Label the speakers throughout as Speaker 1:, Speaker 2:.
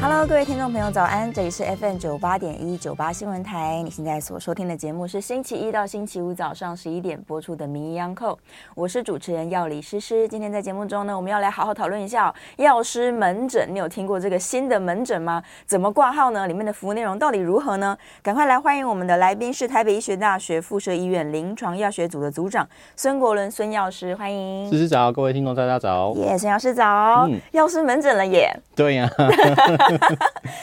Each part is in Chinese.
Speaker 1: Hello，各位听众朋友，早安！这里是 FM 九八点一九八新闻台。你现在所收听的节目是星期一到星期五早上十一点播出的《名医央叩》，我是主持人药理诗诗。今天在节目中呢，我们要来好好讨论一下哦药师门诊。你有听过这个新的门诊吗？怎么挂号呢？里面的服务内容到底如何呢？赶快来欢迎我们的来宾是台北医学大学附设医院临床药学组的组长孙国伦孙药师，欢迎。
Speaker 2: 思思早，各位听众大家早。
Speaker 1: 耶，孙药师早！
Speaker 2: 嗯
Speaker 1: 药师门诊了耶。
Speaker 2: 对 呀、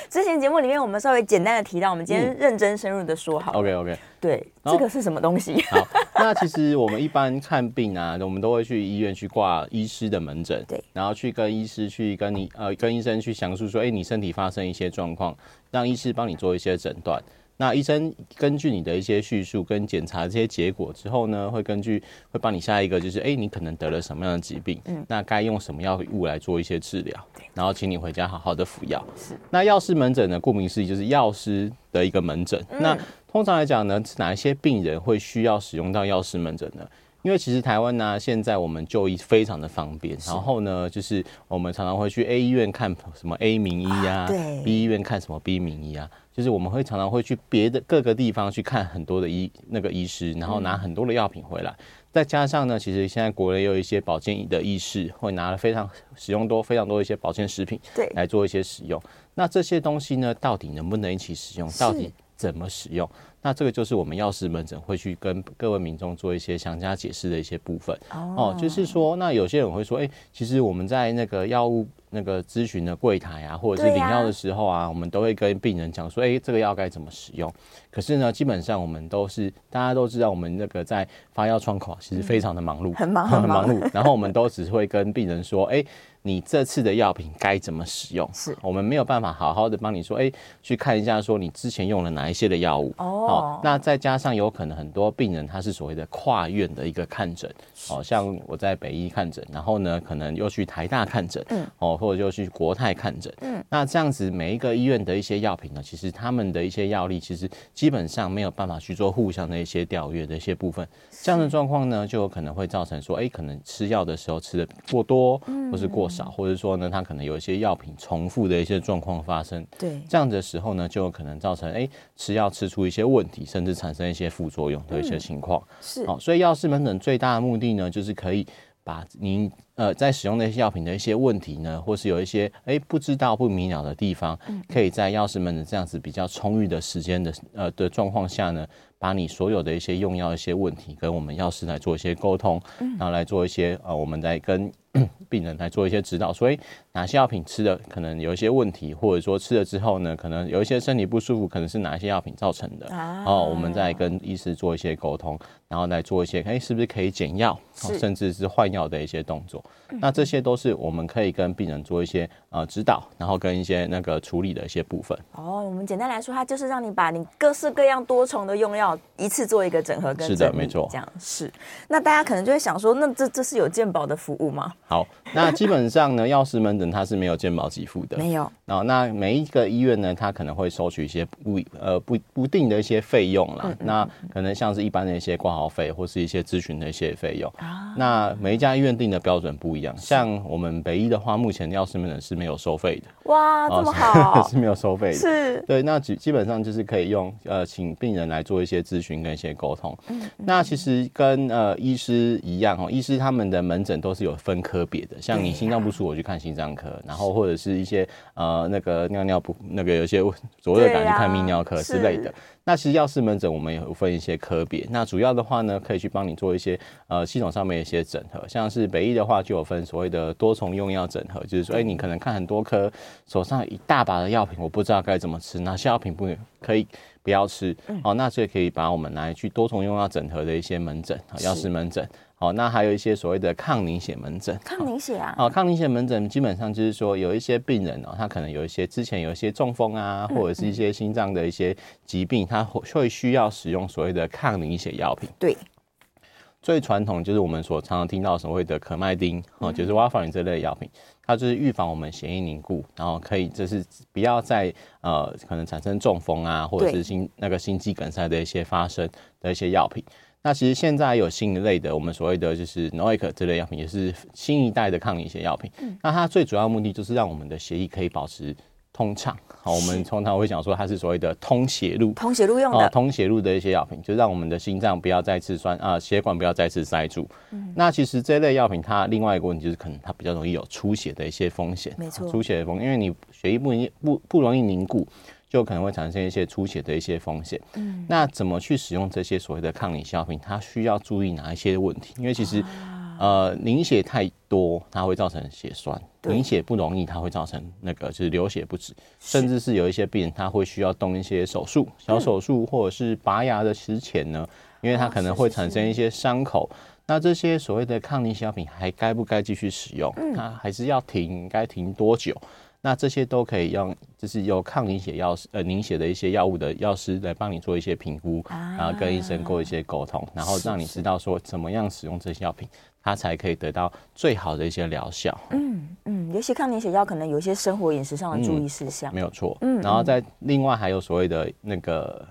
Speaker 1: 之前节目里面我们稍微简单的提到，我们今天
Speaker 2: 嗯
Speaker 1: 认真深入的说好了。
Speaker 2: o k OK，
Speaker 1: 对，
Speaker 2: 好
Speaker 1: 这个是什么东西？
Speaker 2: 好。 那其实我们一般看病啊，我们都会去医院去挂医师的门诊，
Speaker 1: 对，
Speaker 2: 然后去跟医师去跟你呃跟医生去详述说，哎、你身体发生一些状况，让医师帮你做一些诊断。那医生根据你的一些叙述跟检查这些结果之后呢，会根据会帮你下一个就是，哎、你可能得了什么样的疾病，那该用什么药物来做一些治疗，然后请你回家好好的服药。那药师门诊呢，顾名思义就是药师的一个门诊。那通常来讲呢，是哪一些病人会需要使用到药师门诊呢？因为其实台湾呢、现在我们就医非常的方便，然后呢，就是我们常常会去 A 医院看什么 A 名医啊
Speaker 1: 对
Speaker 2: ，B 医院看什么 B 名医啊，就是我们会常常会去别的各个地方去看很多的医那个医师，然后拿很多的药品回来。再加上呢，其实现在国内也有一些保健的医师会拿了非常使用多非常多的一些保健食品
Speaker 1: 对
Speaker 2: 来做一些使用。那这些东西呢，到底能不能一起使用？到底怎么使用？那这个就是我们药师门诊会去跟各位民众做一些详加解释的一些部分。哦就是说，那有些人会说，哎、其实我们在那个药物那个咨询的柜台啊，或者是
Speaker 1: 对
Speaker 2: 领
Speaker 1: 呀
Speaker 2: 药的时候啊，我们都会跟病人讲说，哎、这个药该怎么使用。可是呢，基本上我们都是大家都知道，我们那个在发药窗口啊其实非常的忙碌，
Speaker 1: 很 忙很忙
Speaker 2: 碌。然后我们都只会跟病人说，哎、你这次的药品该怎么使用？
Speaker 1: 是
Speaker 2: 我们没有办法好好的帮你说，哎、去看一下说你之前用了哪一些的药物。
Speaker 1: 哦
Speaker 2: 那再加上有可能很多病人他是所谓的跨院的一个看诊，哦，像我在北医看诊，然后呢可能又去台大看诊，嗯，哦，或者又去国泰看诊，嗯，那这样子每一个医院的一些药品呢，其实他们的一些药力其实基本上没有办法去做互相的一些调阅的一些部分，这样的状况呢，就有可能会造成说，哎、可能吃药的时候吃的过多，或是过少，或者说呢，它可能有一些药品重复的一些状况发生。
Speaker 1: 对
Speaker 2: 这样的时候呢，就有可能造成哎、吃药吃出一些问题，甚至产生一些副作用的一些情况。
Speaker 1: 是
Speaker 2: 好、所以药师门诊最大的目的呢，就是可以把您呃在使用那些药品的一些问题呢，或是有一些哎不知道不明了的地方，可以在药师门诊这样子比较充裕的时间的呃的状况下呢，把你所有的一些用药一些问题跟我们药师来做一些沟通，然后来做一些呃我们来跟病人来做一些指导，所以哪些药品吃的可能有一些问题，或者说吃了之后呢，可能有一些身体不舒服，可能是哪一些药品造成的。
Speaker 1: 啊
Speaker 2: 哦，我们再跟医师做一些沟通，然后来做一些，哎，是不是可以减药，哦
Speaker 1: 是嗯
Speaker 2: 甚至是换药的一些动作。那这些都是我们可以跟病人做一些呃指导，然后跟一些那个处理的一些部分。
Speaker 1: 哦，我们简单来说，它就是让你把你各式各样多重的用药一次做一个整合跟
Speaker 2: 是的
Speaker 1: 整理
Speaker 2: 没错
Speaker 1: 这样是。那大家可能就会想说，那这这是有健保的服务吗？
Speaker 2: 好，那基本上呢，药师门诊它是没有健保给付的，
Speaker 1: 没有，
Speaker 2: 哦，那每一个医院呢，它可能会收取一些不呃不不定的一些费用
Speaker 1: 嗯
Speaker 2: 啦。那可能像是一般的一些挂号费，或是一些咨询的一些费用。
Speaker 1: 啊
Speaker 2: 那每一家医院定的标准不一样，像我们北医的话，目前药师门诊是没有收费的，，
Speaker 1: 哇，啊这么好
Speaker 2: 是没有 收费的。
Speaker 1: 是
Speaker 2: 对，那基基本上就是可以用呃，请病人来做一些咨询跟一些沟通。
Speaker 1: 嗯
Speaker 2: 那其实跟呃医师一样哦，医师他们的门诊都是有分科别的，像
Speaker 1: 对啊
Speaker 2: 你心脏不舒服，我去看心脏科，然后或者是一些呃那个尿尿不那个有些灼热感
Speaker 1: 对啊
Speaker 2: 去看泌尿科之类的
Speaker 1: 是。
Speaker 2: 那其实药师门诊我们也有分一些科别，那主要的话呢，可以去帮你做一些呃系统上面的一些整合，像是北医的话就有分所谓的多重用药整合，就是说，哎、你可能看很多科，手上有一大把的药品，我不知道该怎么吃，哪些药品不可以不要吃，好、那这可以把我们来去多重用药整合的一些门诊，啊，药师门诊，好、那还有一些所谓的抗凝血门诊，
Speaker 1: 抗凝血啊，
Speaker 2: 哦，抗凝血门诊基本上就是说，有一些病人哦，他可能有一些之前有一些中风啊，或者是一些心脏的一些疾病，他会会需要使用所谓的抗凝血药品。
Speaker 1: 对，
Speaker 2: 最传统就是我们所常常听到所谓的可麦丁哦，就是瓦法林这类的药品。它就是预防我们血液凝固，然后可以就是不要再呃可能产生中风啊，或者
Speaker 1: 对
Speaker 2: 是心那个心肌梗塞的一些发生的一些药品。那其实现在还有新一类的，我们所谓的就是 Noic 这类药品，也是新一代的抗凝血药品。那它最主要目的就是让我们的血液可以保持通畅。好，我们通常会讲说它是所谓的通血路。
Speaker 1: 通血路用的，
Speaker 2: 哦通血路的一些药品，就让我们的心脏不要再次栓啊、血管不要再次塞住。
Speaker 1: 嗯
Speaker 2: 那其实这类药品它另外一个问题就是，可能它比较容易有出血的一些风险，
Speaker 1: 没错
Speaker 2: 出血的风，因为你血液不容易不不容易凝固。就可能会产生一些出血的一些风险。嗯，那怎么去使用这些所谓的抗凝血药品？它需要注意哪一些问题？因为其实，
Speaker 1: 啊
Speaker 2: 呃，凝血太多，它会造成血栓；
Speaker 1: 对
Speaker 2: 凝血不容易，它会造成那个就是流血不止。甚至是有一些病人他会需要动一些手术，小手术或者是拔牙的之前呢，因
Speaker 1: 啊
Speaker 2: 为它可能会产生一些伤口。那这些所谓的抗凝血药品还该不该继续使用？那还是要停，该停多久？那这些都可以让，就是由抗凝血药师呃凝血的一些药物的药师来帮你做一些评估，然后跟医生做一些沟通，然后让你知道说怎么样使用这些药品，它才可以得到最好的一些疗效。
Speaker 1: 嗯，尤其抗凝血药可能有一些生活饮食上的注意事项
Speaker 2: 嗯没，有错。然后再另外还有所谓的那个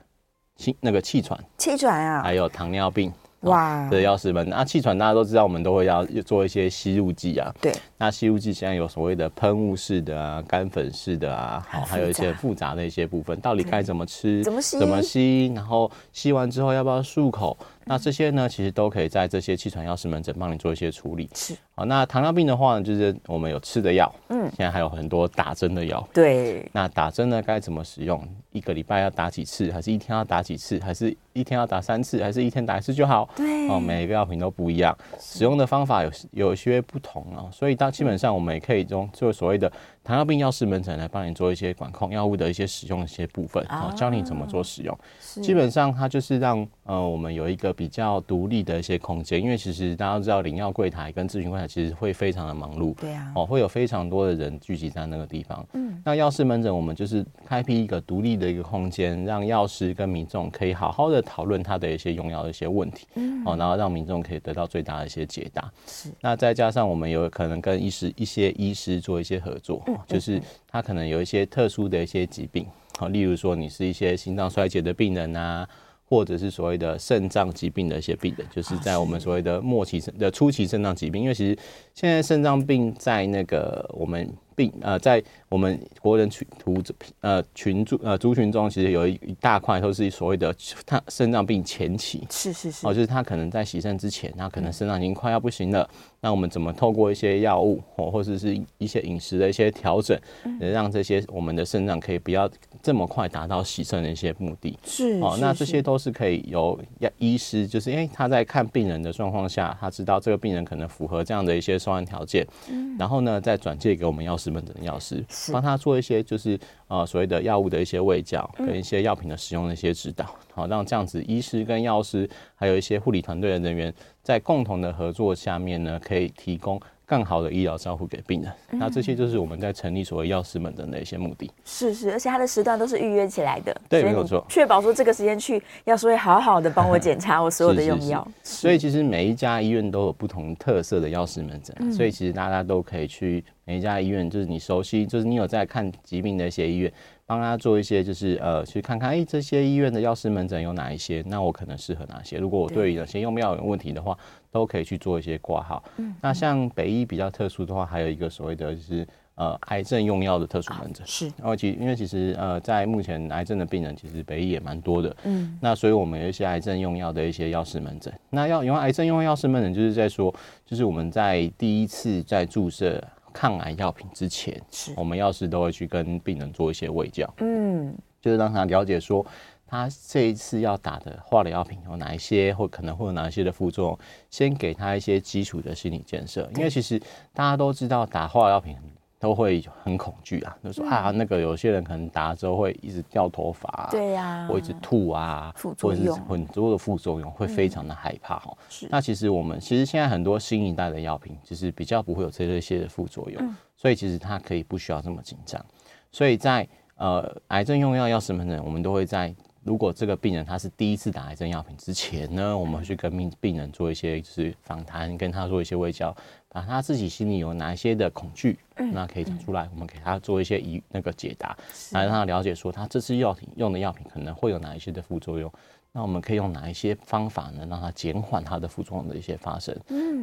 Speaker 2: 气那个气喘，
Speaker 1: 气喘啊
Speaker 2: 还，有糖尿病
Speaker 1: 哇，
Speaker 2: 的药师们。那气喘大家都知道，我们都会要做一些吸入剂啊。
Speaker 1: 对，
Speaker 2: 那吸入剂现在有所谓的喷雾式的啊、干粉式的啊，好，
Speaker 1: 很复杂
Speaker 2: 还有一些复杂的一些部分，到底该怎么吃、
Speaker 1: 怎么吸
Speaker 2: 怎么吸，然后吸完之后要不要漱口？那这些呢，其实都可以在这些气喘药师门诊帮你做一些处理。
Speaker 1: 是，
Speaker 2: 好，那糖尿病的话呢，就是我们有吃的药，嗯，现在还有很多打针的药。
Speaker 1: 对，
Speaker 2: 那打针呢该怎么使用？一个礼拜要打几次？还是一天要打几次？还是一天要打三次？还是一天打一次就好？
Speaker 1: 对
Speaker 2: 哦，每一个药品都不一样，使用的方法有有些不同哦，所以到基本上我们也可以用做所谓的糖尿病药师门诊来帮你做一些管控药物的一些使用的一些部分，
Speaker 1: 啊
Speaker 2: 哦，教你怎么做使用。基本上它就是让呃我们有一个比较独立的一些空间，因为其实大家都知道领药柜台跟咨询柜台其实会非常的忙碌，
Speaker 1: 对啊
Speaker 2: 哦，会有非常多的人聚集在那个地方。嗯，那药师门诊我们就是开辟一个独立的一个空间，让药师跟民众可以好好的讨论他的一些用药的一些问题，嗯，哦，然后让民众可以得到最大的一些解答。是，那再加上我们有可能跟医师一些医师做一些合作，哦就是他可能有一些特殊的一些疾病，好、例如说你是一些心脏衰竭的病人啊。或者是所谓的肾脏疾病的一些病人，就是在我们所谓的末期肾的初期肾脏疾病，因为其实现在肾脏病在那个我们病呃，在我们国人群族呃群族呃族群中，其实有一一大块都是所谓的他肾脏病前期。
Speaker 1: 是是是
Speaker 2: 哦，，就是他可能在洗肾之前，他可能肾脏已经快要不行了。那我们怎么透过一些药物，哦，或者是一些饮食的一些调整，能让这些我们的肾脏可以不要这么快达到洗肾的一些目的？
Speaker 1: 是
Speaker 2: 哦，
Speaker 1: 是
Speaker 2: 那这
Speaker 1: 是
Speaker 2: 些都是可以由药医师，就是因为他在看病人的状况下，他知道这个病人可能符合这样的一些收案条件，
Speaker 1: 嗯
Speaker 2: 然后呢再转介给我们药师门诊的药师，帮他做一些就是呃所谓的药物的一些喂教
Speaker 1: 嗯
Speaker 2: 跟一些药品的使用的一些指导，好、让这样子医师跟药师还有一些护理团队的人员在共同的合作下面呢，可以提供。更好的医疗照护给病人，那这
Speaker 1: 嗯
Speaker 2: 些就是我们在成立所谓药师门诊的一些目的。
Speaker 1: 是是，而且它的时段都是预约起来的，
Speaker 2: 对
Speaker 1: 所以
Speaker 2: 没有
Speaker 1: 你
Speaker 2: 错
Speaker 1: 确保说这个时间去，药师会好好的 帮我检查我所有的
Speaker 2: 是是
Speaker 1: 用
Speaker 2: 是
Speaker 1: 药。
Speaker 2: 所以其实每一家医院都有不同特色的药师门诊啊、
Speaker 1: 嗯
Speaker 2: 所以其实大家都可以去每一家医院，就是你熟悉，就是你有在看疾病的一些医院，帮他做一些就是呃去看看，哎、这些医院的药师门诊有哪一些？那我可能适合哪些？如果我对于哪些用药有问题的话，都可以去做一些挂号。
Speaker 1: 嗯
Speaker 2: 那像北医比较特殊的话，还有一个所谓的就是呃癌症用药的特殊门诊。
Speaker 1: 是
Speaker 2: 然后其因为其实呃，在目前癌症的病人其实北医也蛮多的，嗯，那所以我们有一些癌症用药的一些药师门诊。那要因为癌症用药师门诊就是在说，就是我们在第一次在注射抗癌药品之前，
Speaker 1: 是
Speaker 2: 我们药师都会去跟病人做一些喂教，嗯，就是让他了解说。他这一次要打的化疗药品有哪一些，或可能会有哪一些的副作用，先给他一些基础的心理建设。因为其实大家都知道打化疗药品都会很恐惧啊，就说啊，那个有些人可能打了之后会一直掉头发、啊，
Speaker 1: 对呀、
Speaker 2: 或一直吐啊，
Speaker 1: 副作
Speaker 2: 或者是
Speaker 1: 用嗯
Speaker 2: 很多的副作用，会非常的害怕哦。
Speaker 1: 是
Speaker 2: 那其实我们其实现在很多新一代的药品，就是比较不会有这类些的副作用，
Speaker 1: 嗯
Speaker 2: 所以其实它可以不需要这么紧张。所以在呃癌症用药药师门诊，我们都会在如果这个病人他是第一次打癌症药品之前呢，我们会去跟病病人做一些就是访谈，跟他做一些微教，把他自己心里有哪一些的恐惧，那可以讲出来，我们给他做一些疑那个解答，来让他了解说他这次药品用的药品可能会有哪一些的副作用。那我们可以用哪一些方法呢，让它减缓它的副作用的一些发生，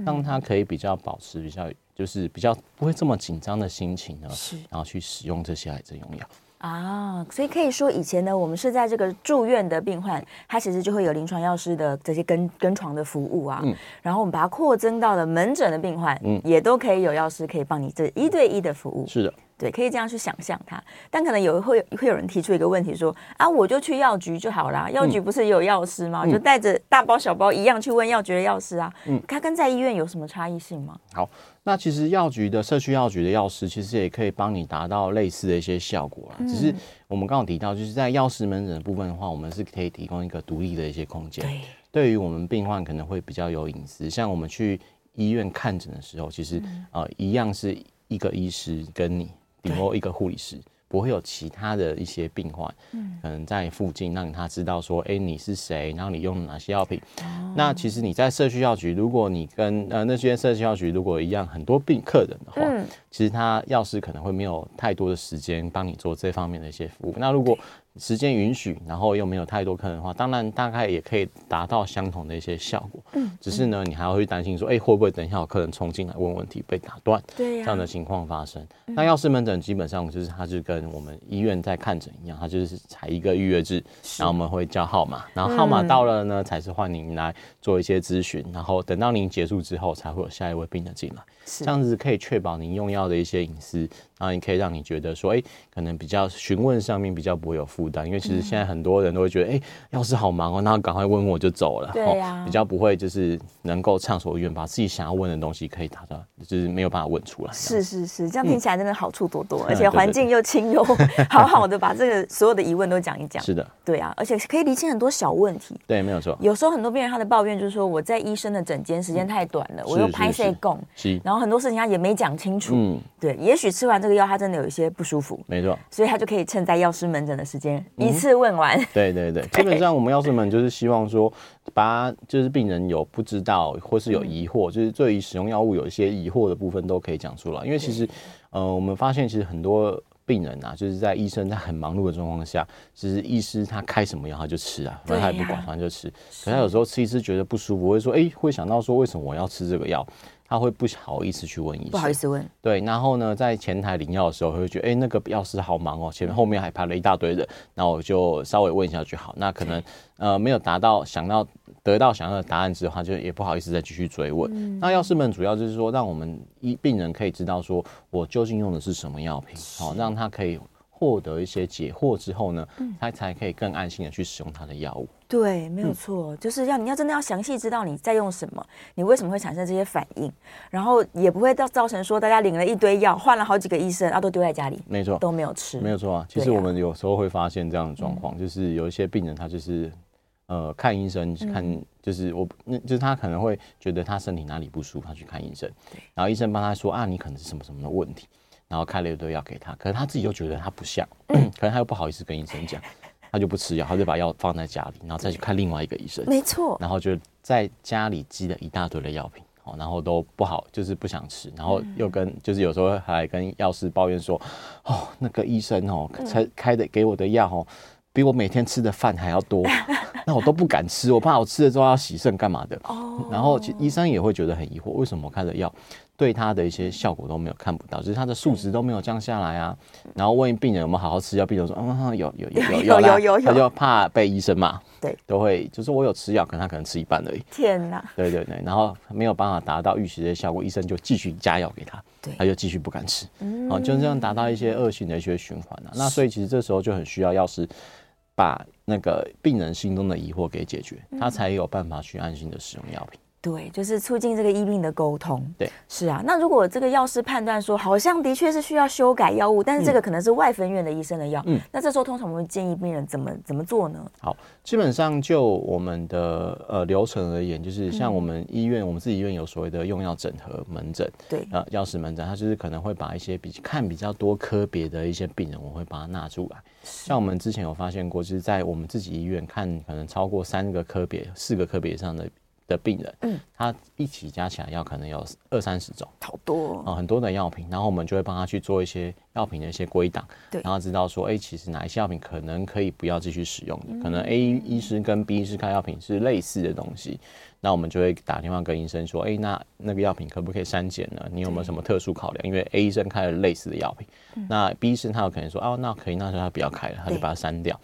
Speaker 2: 让他可以比较保持比较就是比较不会这么紧张的心情呢，然后去使用这些癌症用药。
Speaker 1: 啊，所以可以说以前呢，我们是在这个住院的病患，他其实就会有临床药师的这些跟跟床的服务啊，
Speaker 2: 嗯
Speaker 1: 然后我们把它扩增到了门诊的病患，也都可以有药师可以帮你这一对一的服务，
Speaker 2: 是的，
Speaker 1: 对，可以这样去想象它。但可能有会会有人提出一个问题说啊，我就去药局就好啦，药
Speaker 2: 嗯
Speaker 1: 局不是也有药师吗？我就带着大包小包一样去问药局的药师啊，嗯，它跟在医院有什么差异性吗？
Speaker 2: 好，那其实药局的社区药局的药师，其实也可以帮你达到类似的一些效果啦。只是我们刚刚有提到，就是在药师门诊的部分的话，我们是可以提供一个独立的一些空间。
Speaker 1: 对，
Speaker 2: 对于我们病患可能会比较有隐私，像我们去医院看诊的时候，其实、呃一样是一个医师跟你，顶多一个护理师，不会有其他的一些病患，可能在附近让他知道说，哎、你是谁，然后你用了哪些药品。那其实你在社区药局，如果你跟呃那些社区药局如果一样很多病客人的话，其实他药师可能会没有太多的时间帮你做这方面的一些服务。那如果时间允许，然后又没有太多客人的话，当然大概也可以达到相同的一些效果。嗯，只是呢，你还会担心说，哎、会不会等一下有客人冲进来问问题被打断？
Speaker 1: 对呀嗯
Speaker 2: 这样的情况发生。那药师门诊基本上就是它是跟我们医院在看诊一样，它就是采一个预约制，然后我们会叫号码，然
Speaker 1: 嗯
Speaker 2: 后号码到了呢，才是换您来做一些咨询，然后等到您结束之后，才会有下一位病人进来。
Speaker 1: 是
Speaker 2: 这样子可以确保您用药的一些隐私，然后也可以让你觉得说，哎、可能比较询问上面比较不会有负担，因为
Speaker 1: 嗯
Speaker 2: 其实现在很多人都会觉得，哎、药师好忙哦，那赶快问我就走了，
Speaker 1: 对
Speaker 2: 哦
Speaker 1: 呀
Speaker 2: 比较不会就是能够畅所欲言，把自己想要问的东西可以达到，就是没有办法问出来。
Speaker 1: 是是是，这样听起来真的好处多多，而
Speaker 2: 嗯
Speaker 1: 且
Speaker 2: 对
Speaker 1: 环
Speaker 2: 对
Speaker 1: 境又清幽，好好的把这个所有的疑问都讲一讲。
Speaker 2: 是的，
Speaker 1: 对啊，而且可以理清很多小问题。
Speaker 2: 对，没有错，
Speaker 1: 有时候很多病人他的抱怨就是说，我在医生的诊间时间太短了，我
Speaker 2: 嗯是
Speaker 1: 又
Speaker 2: 是
Speaker 1: 拍摄
Speaker 2: 是
Speaker 1: 供，
Speaker 2: 是，
Speaker 1: 然后很多事情他也没讲清楚。
Speaker 2: 嗯，
Speaker 1: 对，也许吃完这个药他真的有一些不舒服，
Speaker 2: 没错。
Speaker 1: 所以他就可以趁在药师门诊的时间
Speaker 2: 嗯
Speaker 1: 一次问完。
Speaker 2: 对对对，基本上我们药师们就是希望说，把就是病人有不知道或是有疑
Speaker 1: 嗯
Speaker 2: 惑，就是对于使用药物有一些疑惑的部分都可以讲出来。因为其实，呃，我们发现其实很多病人啊，就是在医生在很忙碌的状况下，其实医师他开什么药他就吃啊，反正他也不管，
Speaker 1: 对呀
Speaker 2: 反正就吃。可他有时候吃一次觉得不舒服，会说，哎，会想到说为什么我要吃这个药，他会不好意思去问医生。
Speaker 1: 不好意思问，
Speaker 2: 对，然后呢，在前台领药的时候，会觉得哎、诶那个药师好忙哦，前面后面还排了一大堆人，那我就稍微问一下就好。那可能呃没有达到想要得到想要的答案之后，他就也不好意思再继续追问。那药师们主要就是说，让我们医病人可以知道说我究竟用的是什么药品，好、让他可以获得一些解惑之后呢，他才可以更安心的去使用他的药物。
Speaker 1: 对，没有错，就是要你要真的要详细知道你在用什么，你为什么会产生这些反应，然后也不会到造成说大家领了一堆药，换了好几个医生，啊，都丢在家里
Speaker 2: 没错，
Speaker 1: 都没有吃，
Speaker 2: 哦没有错啊，其实
Speaker 1: 对啊
Speaker 2: 我们有时候会发现这样的状况，就是有一些病人他就是呃看医生看，就是我那就是他可能会觉得他身体哪里不舒服，他去看医生，然后医生帮他说啊你可能是什么什么的问题，然后开了一堆药给他，可是他自己又觉得他不像， 可能他又不好意思跟医生讲，他就不吃药，他就把药放在家里，然后再去看另外一个医生，
Speaker 1: 没错，
Speaker 2: 然后就在家里积了一大堆的药品，哦，然后都不好，就是不想吃，然后又跟、就是有时候还跟药师抱怨说，哦，那个医生哦，才开的给我的药哦，比我每天吃的饭还要多，那我都不敢吃，我怕我吃了之后要洗肾干嘛的。哦，然后其实医生也会觉得很疑惑，为什么我开的药对他的一些效果都没有看不到，就是他的数值都没有降下来啊。然后问病人有没有好好吃药，病人说，嗯，有有有有啦
Speaker 1: 有有有有
Speaker 2: 他就怕被医生骂。
Speaker 1: 对，
Speaker 2: 都会，就是我有吃药，可能他可能吃一半而已，
Speaker 1: 天哪，
Speaker 2: 对对对，然后没有办法达到预期的效果，医生就继续加药给他，
Speaker 1: 对嗯
Speaker 2: 他就继续不敢吃，哦，就这样达到一些恶性的一些循环啊。那所以其实这时候就很需要药师
Speaker 1: 嗯
Speaker 2: 把那个病人心中的疑惑给解决，他才有办法去安心的使用药品。
Speaker 1: 对，就是促进这个医病的沟通。
Speaker 2: 对，
Speaker 1: 是啊。那如果这个药师判断说，好像的确是需要修改药物，但是这个可能是外分院的医生的药，嗯
Speaker 2: 嗯，
Speaker 1: 那这时候通常我们会建议病人怎么怎么做呢？
Speaker 2: 好，基本上就我们的呃流程而言，就是像我们医院，我们自己医院有所谓的用药整合门诊，
Speaker 1: 对，
Speaker 2: 呃，药师门诊，它就是可能会把一些比看比较多科别的一些病人，我会把它纳出来。像我们之前有发现过，就是在我们自己医院看，可能超过三个科别、四个科别以上的的病人，嗯，他一起加起来药可能有二三十种。
Speaker 1: 好多、
Speaker 2: 啊、很多的药品，然后我们就会帮他去做一些药品的一些归档，
Speaker 1: 对
Speaker 2: 然后知道说，哎、其实哪一些药品可能可以不要继续使用的，可
Speaker 1: 嗯
Speaker 2: 能 A 医师跟 B 医师开药品是类似的东西，那我们就会打电话跟医生说，哎、那那个药品可不可以删减呢？你有没有什么特殊考量？因为 A 医生开了类似的药品，那 B 医生他有可能说，哦，那可以，那就他不要开了，他就
Speaker 1: 嗯对
Speaker 2: 把它删掉。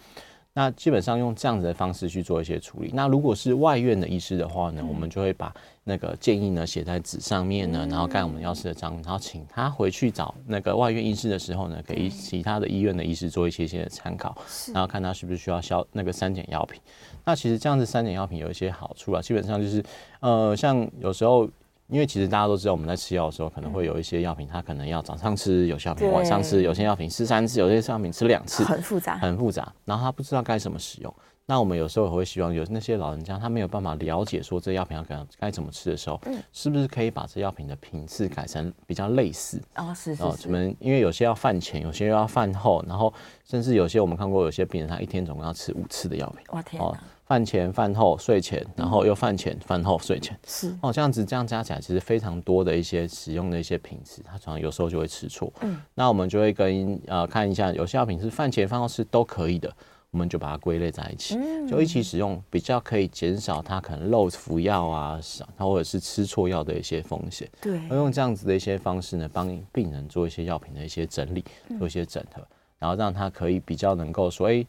Speaker 2: 那基本上用这样子的方式去做一些处理。那如果是外院的医师的话呢，我们就会把那个建议呢写在纸上面呢，然后盖我们药师的章，然后请他回去找那个外院医师的时候呢，给其他的医院的医师做一些些的参考，然后看他是不是需要消那个删减药品。那其实这样子删减药品有一些好处啊，基本上就是呃，像有时候。因为其实大家都知道，我们在吃药的时候，可能会有一些药品，它可能要早上吃，有些药品晚上吃，
Speaker 1: 对
Speaker 2: 有些药品吃三次，有些药品吃两次，
Speaker 1: 很复杂，
Speaker 2: 很复杂，然后他不知道该怎么使用。那我们有时候也会希望有那些老人家，他没有办法了解说这药品要该该怎么吃的时候，
Speaker 1: 嗯
Speaker 2: 是不是可以把这药品的品质改成比较类似？
Speaker 1: 哦，是是
Speaker 2: 哦，
Speaker 1: 是，
Speaker 2: 我们因为有些要饭前，有些要饭后，然后甚至有些我们看过，有些病人他一天总共要吃五次的药品。
Speaker 1: 哇天哪，
Speaker 2: 哦，饭前、饭后、睡前，然后又饭前、饭后、睡前。
Speaker 1: 嗯是
Speaker 2: 哦，这样子这样加起来，其实非常多的一些使用的一些品质，它常常有时候就会吃错。嗯，那我们就会跟呃看一下，有些药品是饭前饭后吃都可以的，我们就把它归类在一起，
Speaker 1: 嗯
Speaker 2: 就一起使用，比较可以减少它可能漏服药啊，少它或者是吃错药的一些风险。
Speaker 1: 对，
Speaker 2: 要用这样子的一些方式呢，帮病人做一些药品的一些整理，
Speaker 1: 嗯
Speaker 2: 做一些整合，然后让他可以比较能够说，哎、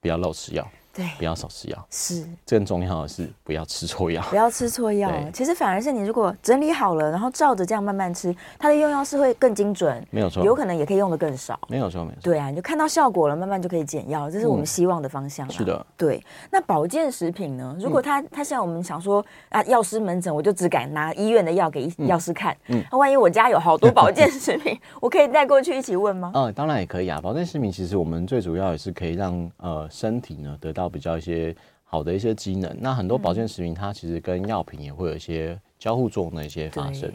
Speaker 2: 不要漏吃药，
Speaker 1: 对，
Speaker 2: 不要少吃药，
Speaker 1: 是。
Speaker 2: 更重要的是不要吃错药。
Speaker 1: 不要吃错药
Speaker 2: 对。
Speaker 1: 其实反而是你如果整理好了，然后照着这样慢慢吃，它的用药是会更精准，
Speaker 2: 没有错，
Speaker 1: 有可能也可以用的更少。
Speaker 2: 没有错，没有错。
Speaker 1: 对啊，你就看到效果了，慢慢就可以减药，这是我们希望的方向、
Speaker 2: 嗯
Speaker 1: 啊
Speaker 2: 是，的，嗯
Speaker 1: 对。那保健食品呢？如果它它像我们想说啊，药师门诊我就只敢拿医院的药给医
Speaker 2: 嗯
Speaker 1: 药师看，那万一我家有好多保健食 品，我可以带过去一起问吗？
Speaker 2: 呃，当然也可以啊。保健食品其实我们最主要也是可以让呃身体呢得到比较一些好的一些机能。那很多
Speaker 1: 嗯
Speaker 2: 保健食品它其实跟药品也会有一些交互作用的一些发生
Speaker 1: 对，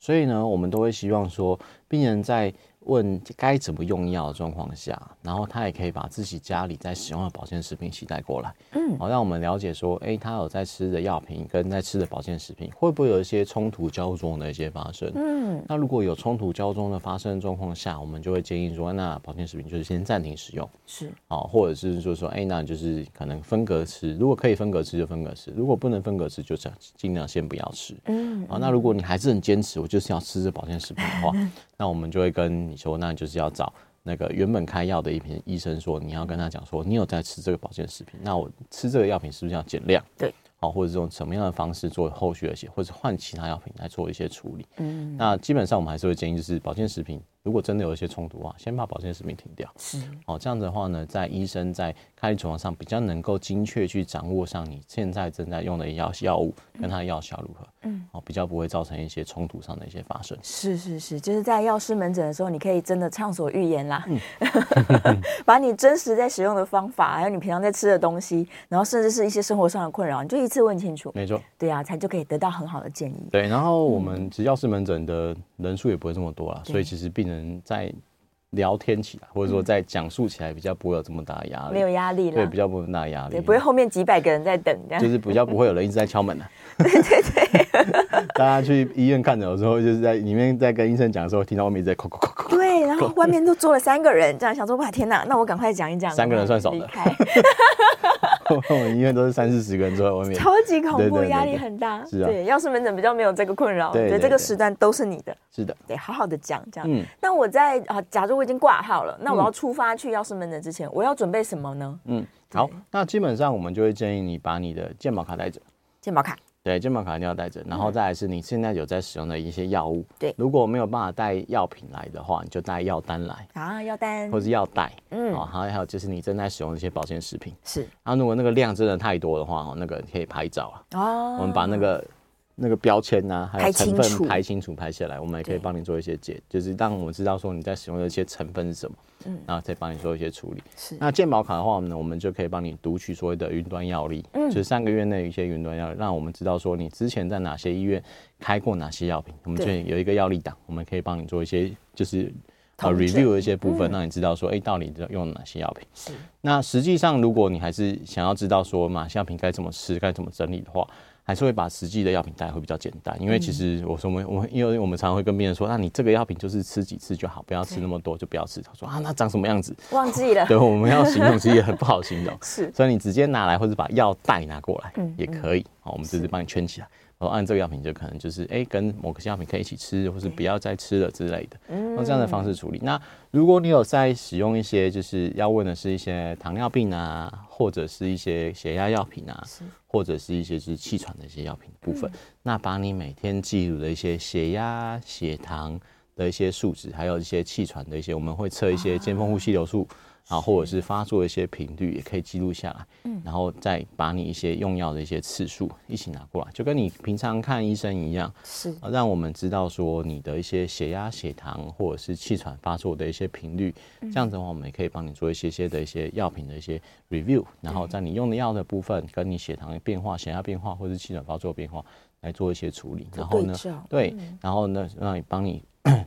Speaker 2: 所以呢，我们都会希望说，病人在问该怎么用药的状况下，然后他也可以把自己家里在使用的保健食品一起带过来，嗯，好让我们了解说，哎、他有在吃的药品跟在吃的保健食品会不会有一些冲突交互作用的一些发生，那如果有冲突交中的发生状况下，我们就会建议说，那保健食品就是先暂停使用，
Speaker 1: 是
Speaker 2: 哦，或者是就是说，哎、那就是可能分隔吃，如果可以分隔吃就分隔吃，如果不能分隔吃，就尽尽量先不要吃。嗯，啊、那如果你还是很坚持，我就是要吃这保健食品的 话，那我们就会跟你说，那你就是要找。那个原本开药的一瓶医生说，你要跟他讲说，你有在吃这个保健食品，那我吃这个药品是不是要减量？
Speaker 1: 对，
Speaker 2: 哦，或者是用什么样的方式做后续的一些，或者是换其他药品来做一些处理。嗯，那基本上我们还是会建议，就是保健食品如果真的有一些冲突啊，先把保健食品停掉。
Speaker 1: 是，
Speaker 2: 哦，这样子的话呢，在医生在开立处方上比较能够精确去掌握上你现在正在用的药药物跟它的药效如何，嗯，哦，比较不会造成一些冲突上的一些发生。
Speaker 1: 是是是，就是在药师门诊的时候，你可以真的畅所欲言啦，
Speaker 2: 嗯
Speaker 1: 把你真实在使用的方法，还有你平常在吃的东西，然后甚至是一些生活上的困扰，你就一次问清楚。
Speaker 2: 没错，
Speaker 1: 对啊，才就可以得到很好的建议。
Speaker 2: 对。然后我们其实药师门诊的人数也不会这么多啦，
Speaker 1: 嗯
Speaker 2: 所
Speaker 1: 对嗯
Speaker 2: 以其实病人在聊天起来，或者说在讲述起来，比较不会有这么大的压力，
Speaker 1: 没有压力
Speaker 2: 对，
Speaker 1: 啦
Speaker 2: 比，较不会有那么大的压力，
Speaker 1: 对，不会后面几百个人在等这
Speaker 2: 就
Speaker 1: 样。
Speaker 2: 是比较不会有人一直在敲 门的、啊。对对对，大家去医院看诊的时候，就是在里面在跟医生讲的时候，听到外面一直在叩叩叩叩。
Speaker 1: 对， 然后外面都坐了三个人，这样想说哇天哪，那我赶快讲一讲。
Speaker 2: 三个人算少的
Speaker 1: 离开
Speaker 2: 我们医院都是三四十个人坐在外面。
Speaker 1: 超级恐
Speaker 2: 对对
Speaker 1: 怖，
Speaker 2: 对
Speaker 1: 压力
Speaker 2: 对
Speaker 1: 很大。
Speaker 2: 是啊
Speaker 1: 对，药师门诊比较没有这个困扰，
Speaker 2: 对
Speaker 1: 对，
Speaker 2: 对
Speaker 1: 这个
Speaker 2: 对
Speaker 1: 时段都是你的。
Speaker 2: 是的，
Speaker 1: 得好好的讲这样。
Speaker 2: 嗯
Speaker 1: 那我在啊，假如我已经挂号了，那我要出发去药师门诊之前，我要准备什么呢？
Speaker 2: 嗯，好，那基本上我们就会建议你把你的健保卡带着。
Speaker 1: 健保卡，
Speaker 2: 对，健保卡一定要带着，然后再来是你现在有在使用的一些药物。
Speaker 1: 嗯对
Speaker 2: 如果没有办法带药品来的话，你就带药单来，
Speaker 1: 啊，药单
Speaker 2: 或是药袋。
Speaker 1: 嗯
Speaker 2: 嗯，哦，还有还有就是你正在使用的一些保健食品。
Speaker 1: 是
Speaker 2: 然后如果那个量真的太多的话，哦，那个可以拍照啊，
Speaker 1: 哦
Speaker 2: 我们把那个那个标签呐、还
Speaker 1: 排
Speaker 2: 有成
Speaker 1: 清楚
Speaker 2: 分排清楚排下来，我们也可以
Speaker 1: 对
Speaker 2: 帮你做一些解，就是让我们知道说你在使用的一些成分是什么，嗯，然后再帮你做一些处理。
Speaker 1: 是
Speaker 2: 那健保卡的话呢，我们就可以帮你读取所谓的云端药历，嗯，就是三个月内的一些云端药历，让我们知道说你之前在哪些医院开过哪些药品，我们
Speaker 1: 对
Speaker 2: 这里有一个药历档，我们可以帮你做一些就是呃
Speaker 1: 统整嗯
Speaker 2: review 的一些部分，让你知道说，哎、到底用了哪些药品。那实际上，如果你还是想要知道说哪些药品该怎么吃、该怎么整理的话，还是会把实际的药品带会比较简单，因为
Speaker 1: 嗯
Speaker 2: 其实我说我们我们因为我们常常会跟病人说，啊那你这个药品就是吃几次就好，不要吃那么多，就不要吃。他说啊，那长什么样子？
Speaker 1: 忘记了，，
Speaker 2: 对，我们要形容其实也很不好形容
Speaker 1: 是
Speaker 2: 所以你直接拿来或者把药袋拿过来也可以，好，我们嗯就是帮你圈起来。然后按这个药品就可能就是哎、跟某个药品可以一起吃，或是不要再吃了之类的，用这样的方式处理。那如果你有在使用一些就是要问的是一些糖尿病啊，或者是一些血压药品啊，或者是一嗯些就是气喘的一些药品的部分，那把你每天记录的一些血压、血糖的一些数值，还有一些气喘的一些，我们会测一些尖峰呼吸流速。啊，或者是嗯发作的一些频率也可以记录下来，然后再把你一些用药的一些次数一起拿过来，就跟你平常看医生一样，
Speaker 1: 是
Speaker 2: 啊让我们知道说你的一些血压、血糖或者是气喘发作的一些频率。这样子的话，我们也可以帮你做一些些的一些药品的一些 review，然后在你用的药的部分，跟你血糖的变化、血压变化或是气喘发作变化来做一些处理。然后呢
Speaker 1: 对照，
Speaker 2: 对，嗯然后呢，让你帮你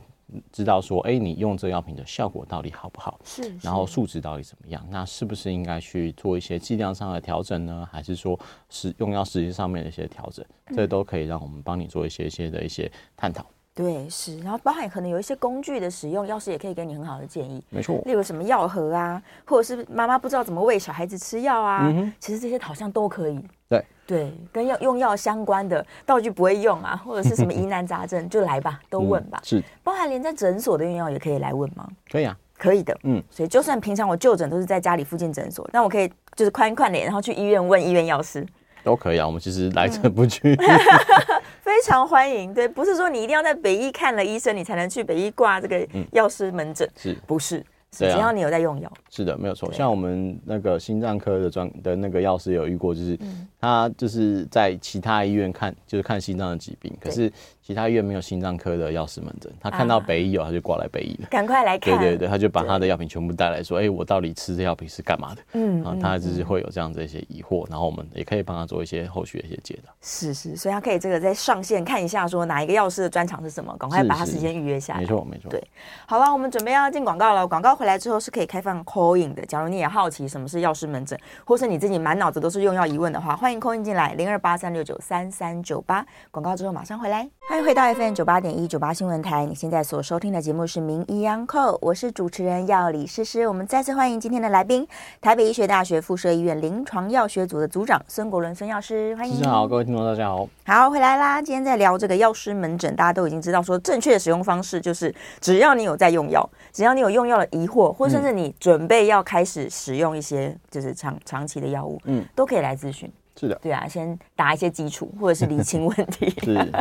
Speaker 2: 知道说，哎，你用这药品的效果到底好不好？
Speaker 1: 是，
Speaker 2: 然后数值到底怎么样？那是不是应该去做一些剂量上的调整呢？还是说是用药时间上面的一些调整？
Speaker 1: 嗯
Speaker 2: 这都可以让我们帮你做一些一些的一些探讨。
Speaker 1: 对是，然后包含可能有一些工具的使用，药师也可以给你很好的建议。
Speaker 2: 没错
Speaker 1: 例如什么药盒啊，或者是妈妈不知道怎么喂小孩子吃药啊，其实这些好像都可以。
Speaker 2: 嗯对
Speaker 1: 对，跟药用药相关的道具不会用啊，或者是什么疑难杂症，就来吧，都
Speaker 2: 嗯
Speaker 1: 问吧。
Speaker 2: 是
Speaker 1: 包含连在诊所的用药也可以来问吗？
Speaker 2: 可以啊，
Speaker 1: 可以的，
Speaker 2: 嗯
Speaker 1: 所以就算平常我就诊都是在家里附近诊所，但我可以就是宽宽脸，然后去医院问医院药师，
Speaker 2: 都可以啊。我们其实
Speaker 1: 嗯
Speaker 2: 来者 不拒，
Speaker 1: 非常欢迎。对，不是说你一定要在北医看了医生，你才能去北医挂这个药师门诊，
Speaker 2: 嗯是
Speaker 1: 不是？是
Speaker 2: 对啊
Speaker 1: 只要你有在用药，
Speaker 2: 是的，没有错。
Speaker 1: 对
Speaker 2: 像我们那个心脏科的专的那个药师有遇过，就是、
Speaker 1: 嗯
Speaker 2: 他就是在其他医院看，就是看心脏的疾病，可是其他医院没有心脏科的药师门诊，他看到
Speaker 1: 啊
Speaker 2: 北医有，他就挂来北医了。
Speaker 1: 赶快来
Speaker 2: 对
Speaker 1: 看。
Speaker 2: 对对，他就把他的药品全部带来，说：“哎、我到底吃这药品是干嘛的？”
Speaker 1: 嗯
Speaker 2: 嗯，啊，他就是会有这样子一些疑惑，然后我们也可以帮他做一些后续的一些解答。
Speaker 1: 是是，所以他可以这个在上线看一下，说哪一个药师的专场是什么，赶快
Speaker 2: 是
Speaker 1: 把他
Speaker 2: 是啊
Speaker 1: 时间预约下来。
Speaker 2: 没错，没错。
Speaker 1: 对好了，我们准备要进广告了。广告回来之后是可以开放 call in 的。假如你也好奇什么是药师门诊，或是你自己满脑子都是用药疑问的话，欢迎 call in 进来零二八三六九三三九八。广告之后马上回来。欢迎回到 FM 九八点一九八新闻台，你现在所收听的节目是《名医央叩》，我是主持人药理诗诗。我们再次欢迎今天的来宾，台北医学大学附设医院临床药学组的组长孙国伦孙药师，欢迎
Speaker 2: 先生。好，各位听众大家好。
Speaker 1: 好，回来啦！今天在聊这个药师门诊，大家都已经知道说，正确的使用方式就是，只要你有在用药，只要你有用药的疑惑，或甚至你准备要开始使用一些就是长长期的药物，嗯
Speaker 2: 嗯，
Speaker 1: 都可以来咨询。
Speaker 2: 是的，
Speaker 1: 对啊，先打一些基础，或者是厘清问题。
Speaker 2: 是。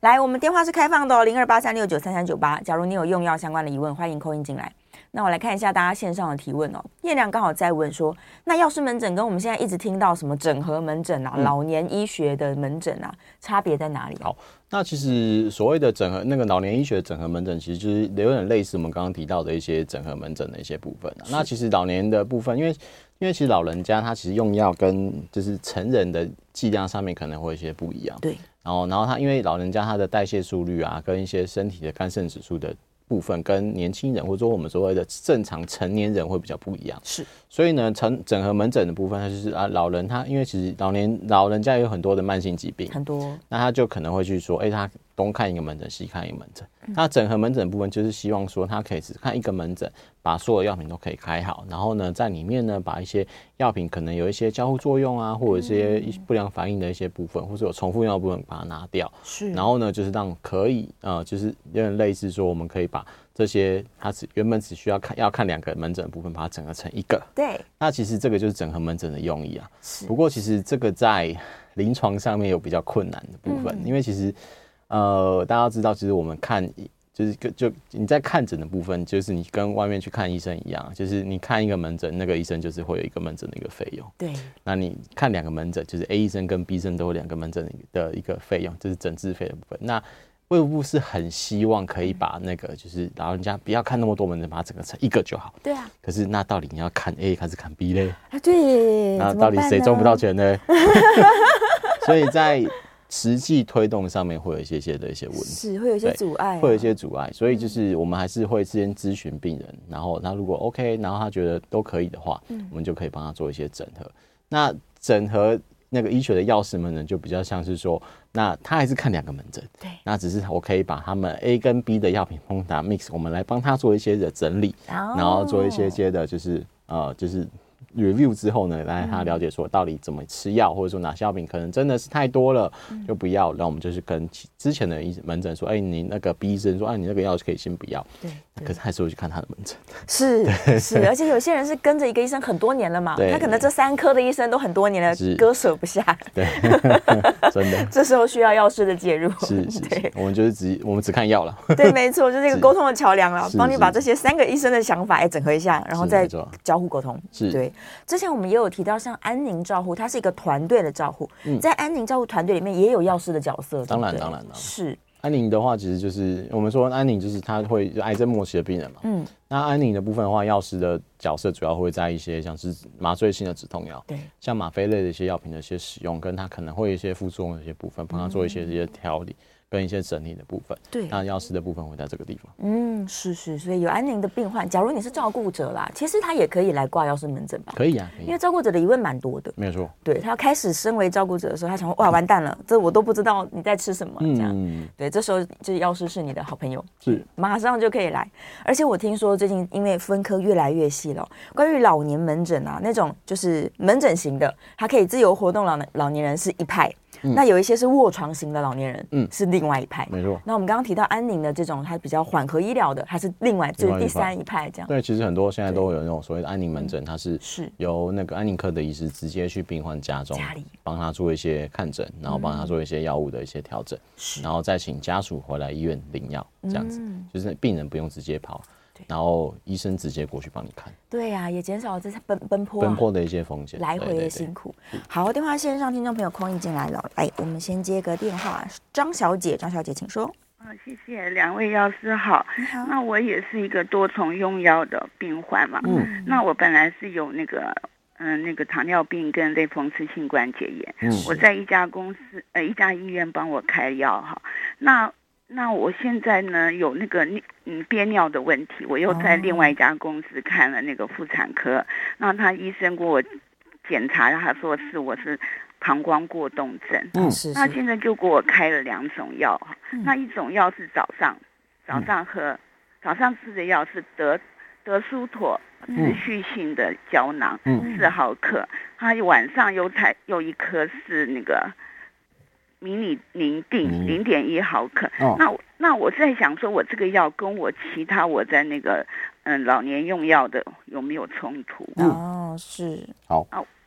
Speaker 1: 来，我们电话是开放的哦，零二八三六九三三九八。假如你有用药相关的疑问，欢迎扣音进来。那我来看一下大家线上的提问哦。燕良刚好在问说，那药师门诊跟我们现在一直听到什么整合门诊啊、老年医学的门诊啊，差别在哪里啊？
Speaker 2: 好那其实所谓的整合，那个老年医学整合门诊，其实就是有点类似我们刚刚提到的一些整合门诊的一些部分啊、那其实老年的部分，因为因为其实老人家他其实用药跟就是成人的剂量上面可能会有一些不一样。
Speaker 1: 对。
Speaker 2: 然后，然后他因为老人家他的代谢速率啊，跟一些身体的肝肾指数的部分，跟年轻人或者说我们所谓的正常成年人会比较不一样。
Speaker 1: 是，
Speaker 2: 所以呢，成整合门诊的部分，它就是啊，老人他因为其实老年老人家有很多的慢性疾病，
Speaker 1: 很多
Speaker 2: 那他就可能会去说，哎、他东看一个门诊，西看一个门诊。那整合门诊部分就是希望说，他可以只看一个门诊，把所有药品都可以开好，然后呢，在里面呢，把一些药品可能有一些交互作用啊，或者一些不良反应的一些部分，或者有重复用的部分，把它拿掉。
Speaker 1: 是
Speaker 2: 然后呢，就是让可以呃，就是有点类似说，我们可以把这些他只原本只需要看要看两个门诊的部分，把它整合成一个。
Speaker 1: 对，
Speaker 2: 那其实这个就是整合门诊的用意啊。不过其实这个在临床上面有比较困难的部分，因为其实呃大家知道，其实我们看就是跟就你在看诊的部分，就是你跟外面去看医生一样，就是你看一个门诊，那个医生就是会有一个门诊的一个费用。
Speaker 1: 对，
Speaker 2: 那你看两个门诊，就是 A 医生跟 B 医生都有两个门诊的一个费用，这是诊治费的部分。那卫福部是很希望可以把那个就是老人家不要看那么多门诊，把它整个成一个就好。
Speaker 1: 对啊，
Speaker 2: 可是那到底你要看 A 还是看 B 嘞？
Speaker 1: 啊对，
Speaker 2: 那
Speaker 1: 怎么
Speaker 2: 到底
Speaker 1: 办
Speaker 2: 谁赚不
Speaker 1: 呢
Speaker 2: 到？钱呢？ 所以在实际推动上面会有一些些的一些问题。
Speaker 1: 是会有一些
Speaker 2: 对
Speaker 1: 阻碍啊，
Speaker 2: 会有一些阻碍，所以就是我们还是会先咨询病人，然后他如果 OK，然后他觉得都可以的话，我们就可以帮他做一些整合。那整合那个医学的药师们呢，就比较像是说，那他还是看两个门诊，
Speaker 1: 对
Speaker 2: 那只是我可以把他们 A 跟 B 的药品通达 mix，我们来帮他做一些的整理，然后做一些
Speaker 1: 哦
Speaker 2: 些的，就是呃，就是 review 之后呢，来让
Speaker 1: 嗯
Speaker 2: 他了解说到底怎么吃药，或者说哪些药品可能真的是太多了，
Speaker 1: 嗯
Speaker 2: 就不要。那我们就是跟其之前的医门诊说，哎，你那个 B 医生说，哎，你那个药可以先不要。
Speaker 1: 对
Speaker 2: 可是还是会去看他的门诊。
Speaker 1: 是是，而且有些人是跟着一个医生很多年了嘛，
Speaker 2: 对
Speaker 1: 他可能这三科的医生都很多年了，
Speaker 2: 是
Speaker 1: 割舍不下，
Speaker 2: 对，真 的
Speaker 1: 这时候需要药师的介入，
Speaker 2: 是是是
Speaker 1: 对，
Speaker 2: 我们就是只我们只看药了。
Speaker 1: 对，没错，就是一个
Speaker 2: 是
Speaker 1: 沟通的桥梁了，
Speaker 2: 是
Speaker 1: 帮你把
Speaker 2: 是
Speaker 1: 这些三个医生的想法哎整合一下，然后
Speaker 2: 是
Speaker 1: 再
Speaker 2: 没错
Speaker 1: 交互沟通。
Speaker 2: 是
Speaker 1: 对。之前我们也有提到，像安宁照护，它是一个团队的照护，在安宁照护团队里面也有药师的角色。对不
Speaker 2: 嗯当然
Speaker 1: 对
Speaker 2: 当然当然
Speaker 1: 是
Speaker 2: 安宁的话，其实就是我们说安宁就是他会就癌症末期的病人嘛。
Speaker 1: 嗯，
Speaker 2: 那安宁的部分的话，药师的角色主要会在一些像是麻醉性的止痛药，
Speaker 1: 对，
Speaker 2: 像吗啡类的一些药品的一些使用，跟它可能会有一些副作用的一些部分，帮他做一些这些调理跟一些整理的部分。
Speaker 1: 对
Speaker 2: 那药师的部分会在这个地方。
Speaker 1: 嗯，是是，所以有安宁的病患，假如你是照顾者啦，其实他也可以来挂药师门诊吧，
Speaker 2: 可以啊，可
Speaker 1: 因
Speaker 2: 以
Speaker 1: 为
Speaker 2: 啊，
Speaker 1: 照顾者的疑问蛮多的。
Speaker 2: 没有错。
Speaker 1: 对他开始身为照顾者的时候，他想说哇完蛋了，这我都不知道你在吃什么这样。
Speaker 2: 嗯，
Speaker 1: 对，这时候就是药师是你的好朋友，
Speaker 2: 是
Speaker 1: 马上就可以来。而且我听说最近因为分科越来越细了，关于老年门诊啊，那种就是门诊型的，它可以自由活动老年老年人是一派，那有一些是卧床型的老年人，嗯
Speaker 2: 嗯，
Speaker 1: 是另外一派。
Speaker 2: 没错。
Speaker 1: 那我们刚刚提到安宁的这种，它比较缓和医疗的，还是另外就是
Speaker 2: 另外一
Speaker 1: 第
Speaker 2: 派
Speaker 1: 三一派这样。
Speaker 2: 对，其实很多现在都有那种所谓的安宁门诊，它是
Speaker 1: 是
Speaker 2: 由那个安宁科的医师直接去病患家中
Speaker 1: 家里，
Speaker 2: 帮他做一些看诊，然后帮他做一些药物的一些调整，
Speaker 1: 是嗯
Speaker 2: 然后再请家属回来医院领药，这样子，就是病人不用直接跑，然后医生直接过去帮你看，
Speaker 1: 对呀、也减少了这些奔奔波、啊、
Speaker 2: 奔波的一些风险，
Speaker 1: 来回
Speaker 2: 对
Speaker 1: 的
Speaker 2: 对对
Speaker 1: 辛苦。好，电话线上听众朋友空印进来了，来，我们先接个电话，张小姐，张小姐，请说。
Speaker 3: 啊，谢谢两位药师好。
Speaker 1: 你好，
Speaker 3: 那我也是一个多重用药的病患嘛。
Speaker 2: 嗯
Speaker 3: 那我本来是有那个，嗯、那个糖尿病跟类风湿性关节炎。
Speaker 2: 嗯
Speaker 3: 我在一家公司，呃，一家医院帮我开药哈。那那我现在呢有那个尿嗯憋尿的问题，我又在
Speaker 1: 哦
Speaker 3: 另外一家公司看了那个妇产科，那他医生给我检查，他说是我是膀胱过动症。
Speaker 2: 嗯
Speaker 1: 是
Speaker 3: 那
Speaker 1: 是
Speaker 3: 现在就给我开了两种药，那一种药是早上，早上喝，早上吃的药是德德舒妥持续性的胶囊，
Speaker 2: 嗯
Speaker 3: 四毫克，它晚上有采有一颗是那个迷你宁定
Speaker 2: 嗯
Speaker 3: 零点一毫克。
Speaker 2: 哦
Speaker 3: 那我那我在想说，我这个药跟我其他我在那个嗯老年用药的有没有冲突？
Speaker 2: 嗯
Speaker 1: 哦，是
Speaker 3: 啊，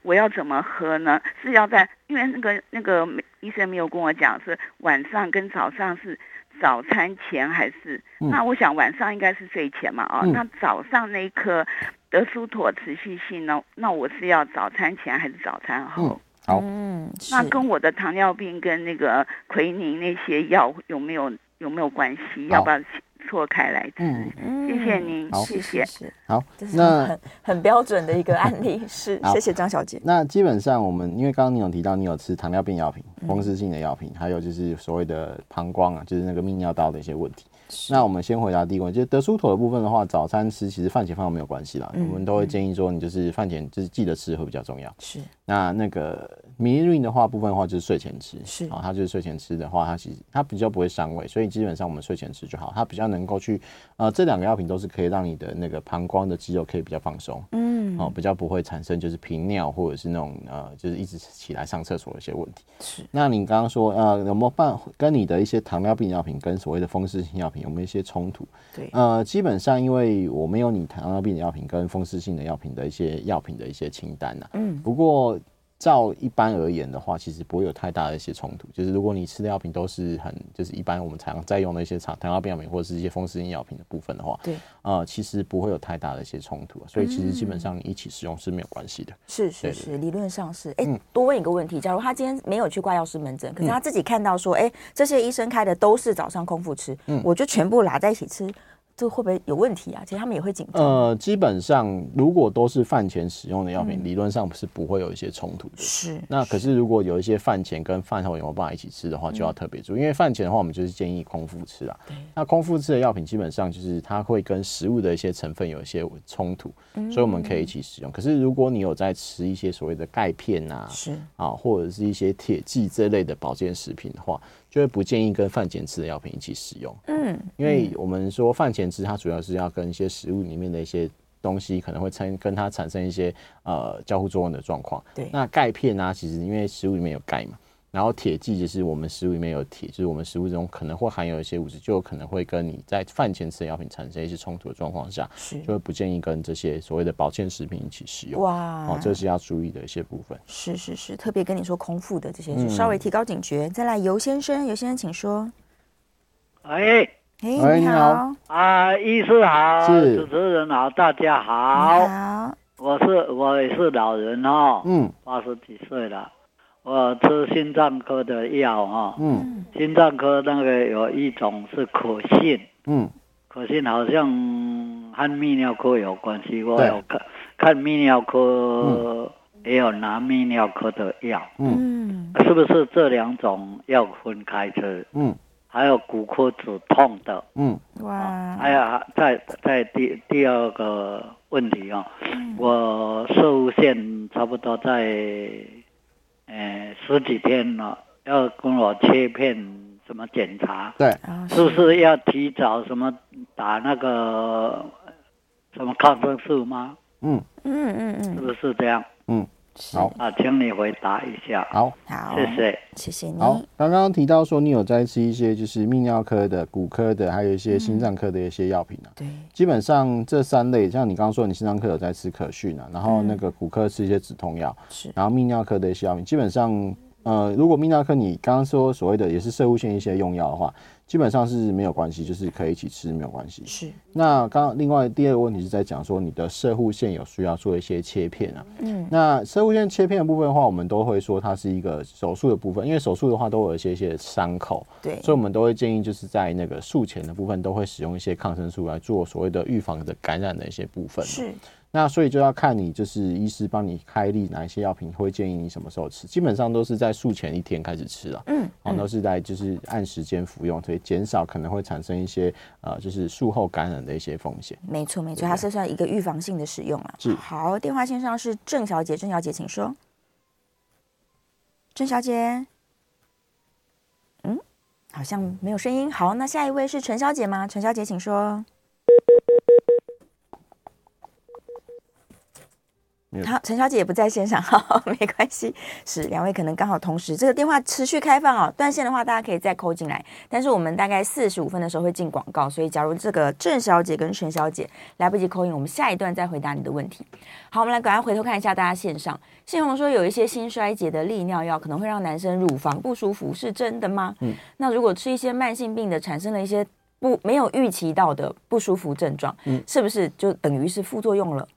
Speaker 3: 我要怎么喝呢？是要在因为那个那个没医生没有跟我讲是晚上跟早上是早餐前还是？
Speaker 2: 嗯
Speaker 3: 那我想晚上应该是睡前嘛啊、
Speaker 2: 嗯
Speaker 3: 那早上那一颗德舒妥持续性呢？那我是要早餐前还是早餐后？
Speaker 2: 好
Speaker 1: 嗯，是
Speaker 3: 那跟我的糖尿病跟那个奎宁那些药有没有有没有关系？
Speaker 2: 好
Speaker 3: 要不要错开来吃？
Speaker 2: 嗯
Speaker 3: 谢谢您，
Speaker 2: 好
Speaker 3: 谢谢。
Speaker 1: 是，
Speaker 2: 好
Speaker 1: 这，是
Speaker 2: 那
Speaker 1: 很很标准的一个案例，是
Speaker 2: 好
Speaker 1: 谢谢张小姐。
Speaker 2: 那基本上我们，因为刚刚你有提到你有吃糖尿病药品、
Speaker 1: 嗯
Speaker 2: 风湿性的药品，还有就是所谓的膀胱啊，就是那个泌尿道的一些问题。那我们先回答第一个问题，就是德舒妥的部分的话，早餐吃其实饭前饭后没有关系啦，我们都会建议说你就是饭前就是记得吃会比较重要。
Speaker 1: 是
Speaker 2: 那那个米瑞的话部分的话就是睡前吃，
Speaker 1: 是
Speaker 2: 啊，它就是睡前吃的话，它其实它比较不会伤胃，所以基本上我们睡前吃就好，它比较能够去呃这两个药品都是可以让你的那个膀胱的肌肉可以比较放松，嗯，哦，比较不会产生就是频尿或者是那种呃就是一直起来上厕所的一些问题。
Speaker 1: 是，
Speaker 2: 那你刚刚说呃有没有办跟你的一些糖尿病药品跟所谓的风湿性药品有没有一些冲突？
Speaker 1: 对，
Speaker 2: 呃，基本上因为我没啊有你糖尿病的药品跟风湿性的药品的一些药品的一些清单呐、嗯，不过照一般而言的话，其实不会有太大的一些冲突。就是如果你吃的药品都是很，就是一般我们常在用的一些糖糖尿病药啊品或者是一些风湿性药品的部分的话，
Speaker 1: 对，
Speaker 2: 呃，其实不会有太大的一些冲突啊。所以其实基本上你一起使用是没有关系的。
Speaker 1: 是
Speaker 2: 对
Speaker 1: 是
Speaker 2: 对嗯
Speaker 1: 是，理论上是。哎、多问一个问题，假如他今天没有去挂药师门诊，可是他自己看到说，哎、这些医生开的都是早上空腹吃，
Speaker 2: 嗯
Speaker 1: 我就全部拉在一起吃，这会不会有问题啊？其实他们也会紧张。
Speaker 2: 呃，基本上如果都是饭前使用的药品，理论上是不会有一些冲突的。
Speaker 1: 是，
Speaker 2: 那可是如果有一些饭前跟饭后有没有办法一起吃的话，就要特别注意，因为饭前的话，我们就是建议空腹吃啊。那空腹吃的药品基本上就是它会跟食物的一些成分有一些冲突，所以我们可以一起使用。可是如果你有在吃一些所谓的钙片啊，
Speaker 1: 是
Speaker 2: 啊，或者是一些铁剂这类的保健食品的话，就会不建议跟饭前吃的药品一起使用。嗯，因为我们说饭前吃，它主要是要跟一些食物里面的一些东西可能会产跟它产生一些呃交互作用的状况。
Speaker 1: 对
Speaker 2: 那钙片啊，其实因为食物里面有钙嘛。然后铁剂就是我们食物里面有铁，就是我们食物中可能会含有一些物质，就有可能会跟你在饭前吃的药品产生一些冲突的状况下，
Speaker 1: 是
Speaker 2: 就会不建议跟这些所谓的保健食品一起使用。
Speaker 1: 哇，
Speaker 2: 哦，这是要注意的一些部分。
Speaker 1: 是是是，特别跟你说空腹的这些，
Speaker 2: 嗯
Speaker 1: 就稍微提高警觉。再来，尤先生，尤先生，请说。
Speaker 4: 哎
Speaker 1: 哎、
Speaker 2: 哎
Speaker 1: 你
Speaker 2: 你
Speaker 1: 好
Speaker 2: 好，
Speaker 4: 啊，医师好，
Speaker 2: 是
Speaker 4: 主持人好，大家
Speaker 1: 你
Speaker 4: 好，
Speaker 1: 好，
Speaker 4: 我是我也是老人哦，
Speaker 2: 嗯
Speaker 4: 八十几岁了，我吃心脏科的药哦，
Speaker 2: 嗯
Speaker 4: 心脏科那个有一种是可信，
Speaker 2: 嗯，
Speaker 4: 可信好像和泌尿科有关系，我
Speaker 2: 对嗯
Speaker 4: 有看看泌尿科，也有拿泌尿科的药，
Speaker 1: 嗯，
Speaker 4: 是不是这两种要分开吃？
Speaker 2: 嗯
Speaker 4: 还有骨科止痛的。
Speaker 2: 嗯
Speaker 1: 哇，
Speaker 4: 还有哎在在第第二个问题哦，
Speaker 5: 嗯
Speaker 4: 我受限差不多在，呃十几天了，要跟我切片什么检查，
Speaker 2: 对，
Speaker 1: 啊
Speaker 4: 是不是要提早什么打那个什么抗生素吗？
Speaker 2: 嗯，
Speaker 1: 嗯嗯
Speaker 4: 是
Speaker 1: 嗯，
Speaker 4: 不是这样
Speaker 1: 是
Speaker 2: 好
Speaker 4: 啊？请你回答一下，
Speaker 2: 好
Speaker 1: 好，
Speaker 4: 谢，
Speaker 5: 哦
Speaker 4: 谢。
Speaker 1: 谢谢你。
Speaker 2: 好。刚刚提到说你有在吃一些就是泌尿科的、骨科的，还有一些心脏科的一些药品啊。
Speaker 1: 对，
Speaker 2: 基本上这三类，像你刚刚说你心脏科有在吃可训啊，然后那个骨科吃一些止痛药，
Speaker 1: 是
Speaker 2: 然后泌尿科的一些药品，基本上。呃，如果泌尿科你刚刚说所谓的也是射物线一些用药的话，基本上是没有关系，就是可以一起吃没有关系。
Speaker 1: 是，
Speaker 2: 那刚刚另外第二个问题是在讲说你的射护线有需要做一些切片啊。
Speaker 1: 嗯
Speaker 2: 嗯，那射护线切片的部分的话，我们都会说它是一个手术的部分，因为手术的话都有一些一些伤口，
Speaker 1: 对，
Speaker 2: 所以我们都会建议就是在那个术前的部分都会使用一些抗生素来做所谓的预防的感染的一些部分。
Speaker 1: 是，
Speaker 2: 那所以就要看你就是医师帮你开立哪一些药品，会建议你什么时候吃，基本上都是在术前一天开始吃啊，
Speaker 1: 嗯，
Speaker 2: 哦，都是在就是按时间服用，所以减少可能会产生一些呃就是术后感染的一些风险。
Speaker 1: 没错没错，它是算一个预防性的使用了。
Speaker 2: 是
Speaker 1: 好，电话线上是郑小姐，郑小姐，请说。郑小姐，嗯，好像没有声音。好，那下一位是陈小姐吗？陈小姐，请说。
Speaker 2: 没有
Speaker 1: 好，陈小姐也不在线上， 好，没关系，是两位可能刚好同时，这个电话持续开放哦，断线的话大家可以再扣进来，但是我们大概四十五分的时候会进广告，所以假如这个郑小姐跟陈小姐来不及扣音，我们下一段再回答你的问题。好，我们来赶快回头看一下大家线上。信宏说有一些心衰竭的利尿药可能会让男生乳房不舒服，是真的吗？嗯，那如果吃一些慢性病的，产生了一些不没有预期到的不舒服症状，嗯，是不是就等于是副作用了？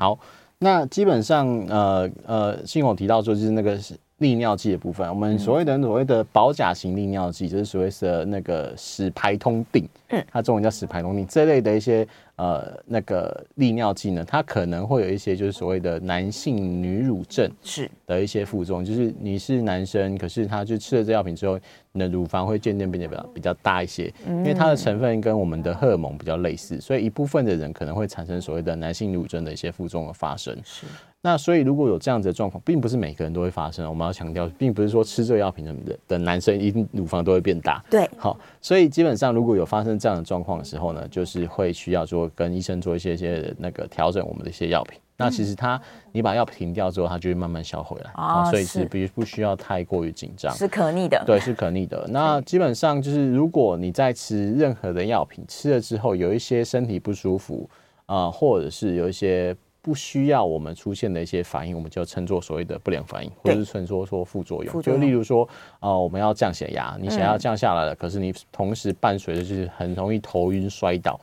Speaker 2: 好，那基本上呃呃，信我提到说就是那个是利尿剂的部分，我们所谓的所谓的保甲型利尿剂，就是所谓的那个使排通病，
Speaker 1: 嗯，
Speaker 2: 它中文叫使排通病这类的一些呃那个利尿剂呢，它可能会有一些就是所谓的男性女乳症
Speaker 1: 是
Speaker 2: 的一些副作用，就是你是男生，可是他就吃了这药品之后，你的乳房会渐渐变得比较比较大一些，因为它的成分跟我们的荷尔蒙比较类似，所以一部分的人可能会产生所谓的男性乳症的一些副作用的发生。
Speaker 1: 是，
Speaker 2: 那所以如果有这样子的状况，并不是每个人都会发生，我们要强调，并不是说吃这个药品的人的男生一定乳房都会变大。
Speaker 1: 对，
Speaker 2: 好，所以基本上如果有发生这样的状况的时候呢，就是会需要做跟医生做一些一些那个调整我们的一些药品。那其实它，你把药停掉之后，它就会慢慢消回来
Speaker 1: 嗯哦
Speaker 2: 啊，所以是
Speaker 1: 是
Speaker 2: 不不需要太过于紧张。
Speaker 1: 是可逆的。
Speaker 2: 对，是可逆的。那基本上就是，如果你在吃任何的药品，吃了之后有一些身体不舒服啊、呃或者是有一些不需要我们出现的一些反应，我们就称作所谓的不良反应，或
Speaker 1: 对
Speaker 2: 者是称作说副作用。
Speaker 1: 副作用嗯
Speaker 2: 就例如说，啊，我们要降血压，你血压降下来了，可是你同时伴随的就是很容易头晕摔倒。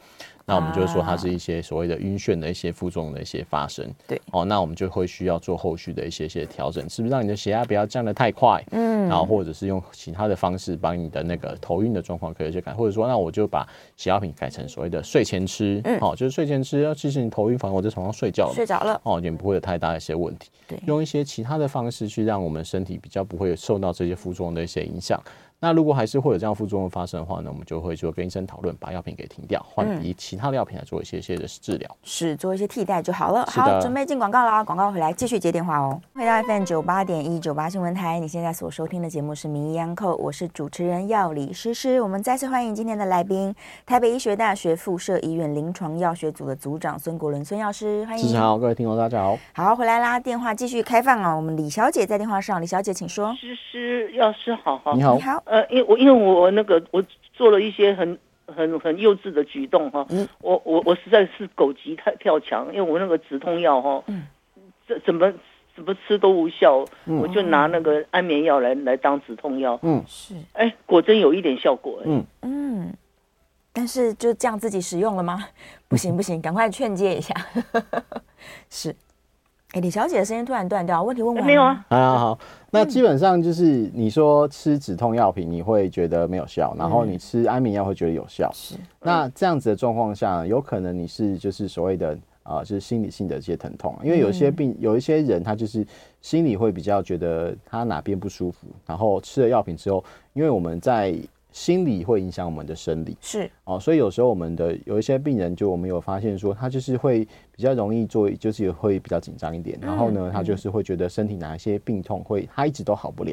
Speaker 2: 那我们就
Speaker 1: 啊
Speaker 2: 说它是一些所谓的晕眩的一些副作用的一些发生，
Speaker 1: 对
Speaker 2: 哦，那我们就会需要做后续的一些一些调整，是不是让你的血压不要降得太快，
Speaker 1: 嗯，
Speaker 2: 然后或者是用其他的方式把你的那个头晕的状况可以去改，或者说那我就把血压品改成所谓的睡前吃，
Speaker 1: 嗯
Speaker 2: 哦，就是睡前吃，其实你头晕，反正我在床上睡觉了嘛
Speaker 1: 睡，着了，
Speaker 2: 哦，也不会有太大的一些问题。
Speaker 1: 对
Speaker 2: 用一些其他的方式去让我们身体比较不会受到这些副作用的一些影响。那如果还是会有这样副作用发生的话呢，我们就会说跟医生讨论，把药品给停掉，
Speaker 1: 嗯
Speaker 2: 换以其他的药品来做一些一些的治疗。
Speaker 1: 是做一些替代就好了。
Speaker 2: 是的
Speaker 1: 好，准备进广告啦，广告回来继续接电话哦。回到 FM 九八点一九八新闻台，你现在所收听的节目是《名医央叩》，我是主持人药理诗诗。我们再次欢迎今天的来宾，台北医学大学附设医院临床药学组的组长孙国伦孙药师，欢
Speaker 2: 主持
Speaker 1: 迎。
Speaker 2: 人好，各位听众大家好。
Speaker 1: 好，回来啦，电话继续开放啊。我们李小姐在电话上，李小姐请说。
Speaker 5: 诗诗，药师好好。
Speaker 2: 你好
Speaker 1: 你，好，
Speaker 5: 呃，因为我因为我那个我做了一些很很很幼稚的举动哈、
Speaker 1: 嗯
Speaker 5: 我我我实在是狗急跳跳墙，因为我那个止痛药哈、
Speaker 1: 嗯
Speaker 5: 这怎么怎么吃都无效，
Speaker 2: 嗯
Speaker 5: 我就拿那个安眠药来来当止痛药，
Speaker 1: 是，
Speaker 5: 哎，果真有一点效果，哎
Speaker 2: 嗯
Speaker 1: 嗯，但是就这样自己使用了 吗？不行不行，赶快劝诫一下。 是，哎，李小姐的声音突然断掉，问题问
Speaker 5: 哎
Speaker 1: 完了
Speaker 5: 没有啊？，
Speaker 2: 好好好，那基本上就是你说吃止痛药品，你会觉得没有效，然后你吃安眠药会觉得有效。
Speaker 1: 是，
Speaker 2: 那这样子的状况下，有可能你是就是所谓的啊、呃就是心理性的这些疼痛，啊因为有一些病，有一些人他就是心里会比较觉得他哪边不舒服，然后吃了药品之后，因为我们在心理会影响我们的生理
Speaker 1: 是，
Speaker 2: 哦，所以有时候我们的有一些病人，就我们有发现说，他就是会比较容易做，就是会比较紧张一点，然后呢，他就是会觉得身体哪一些病痛会他一直都好不了，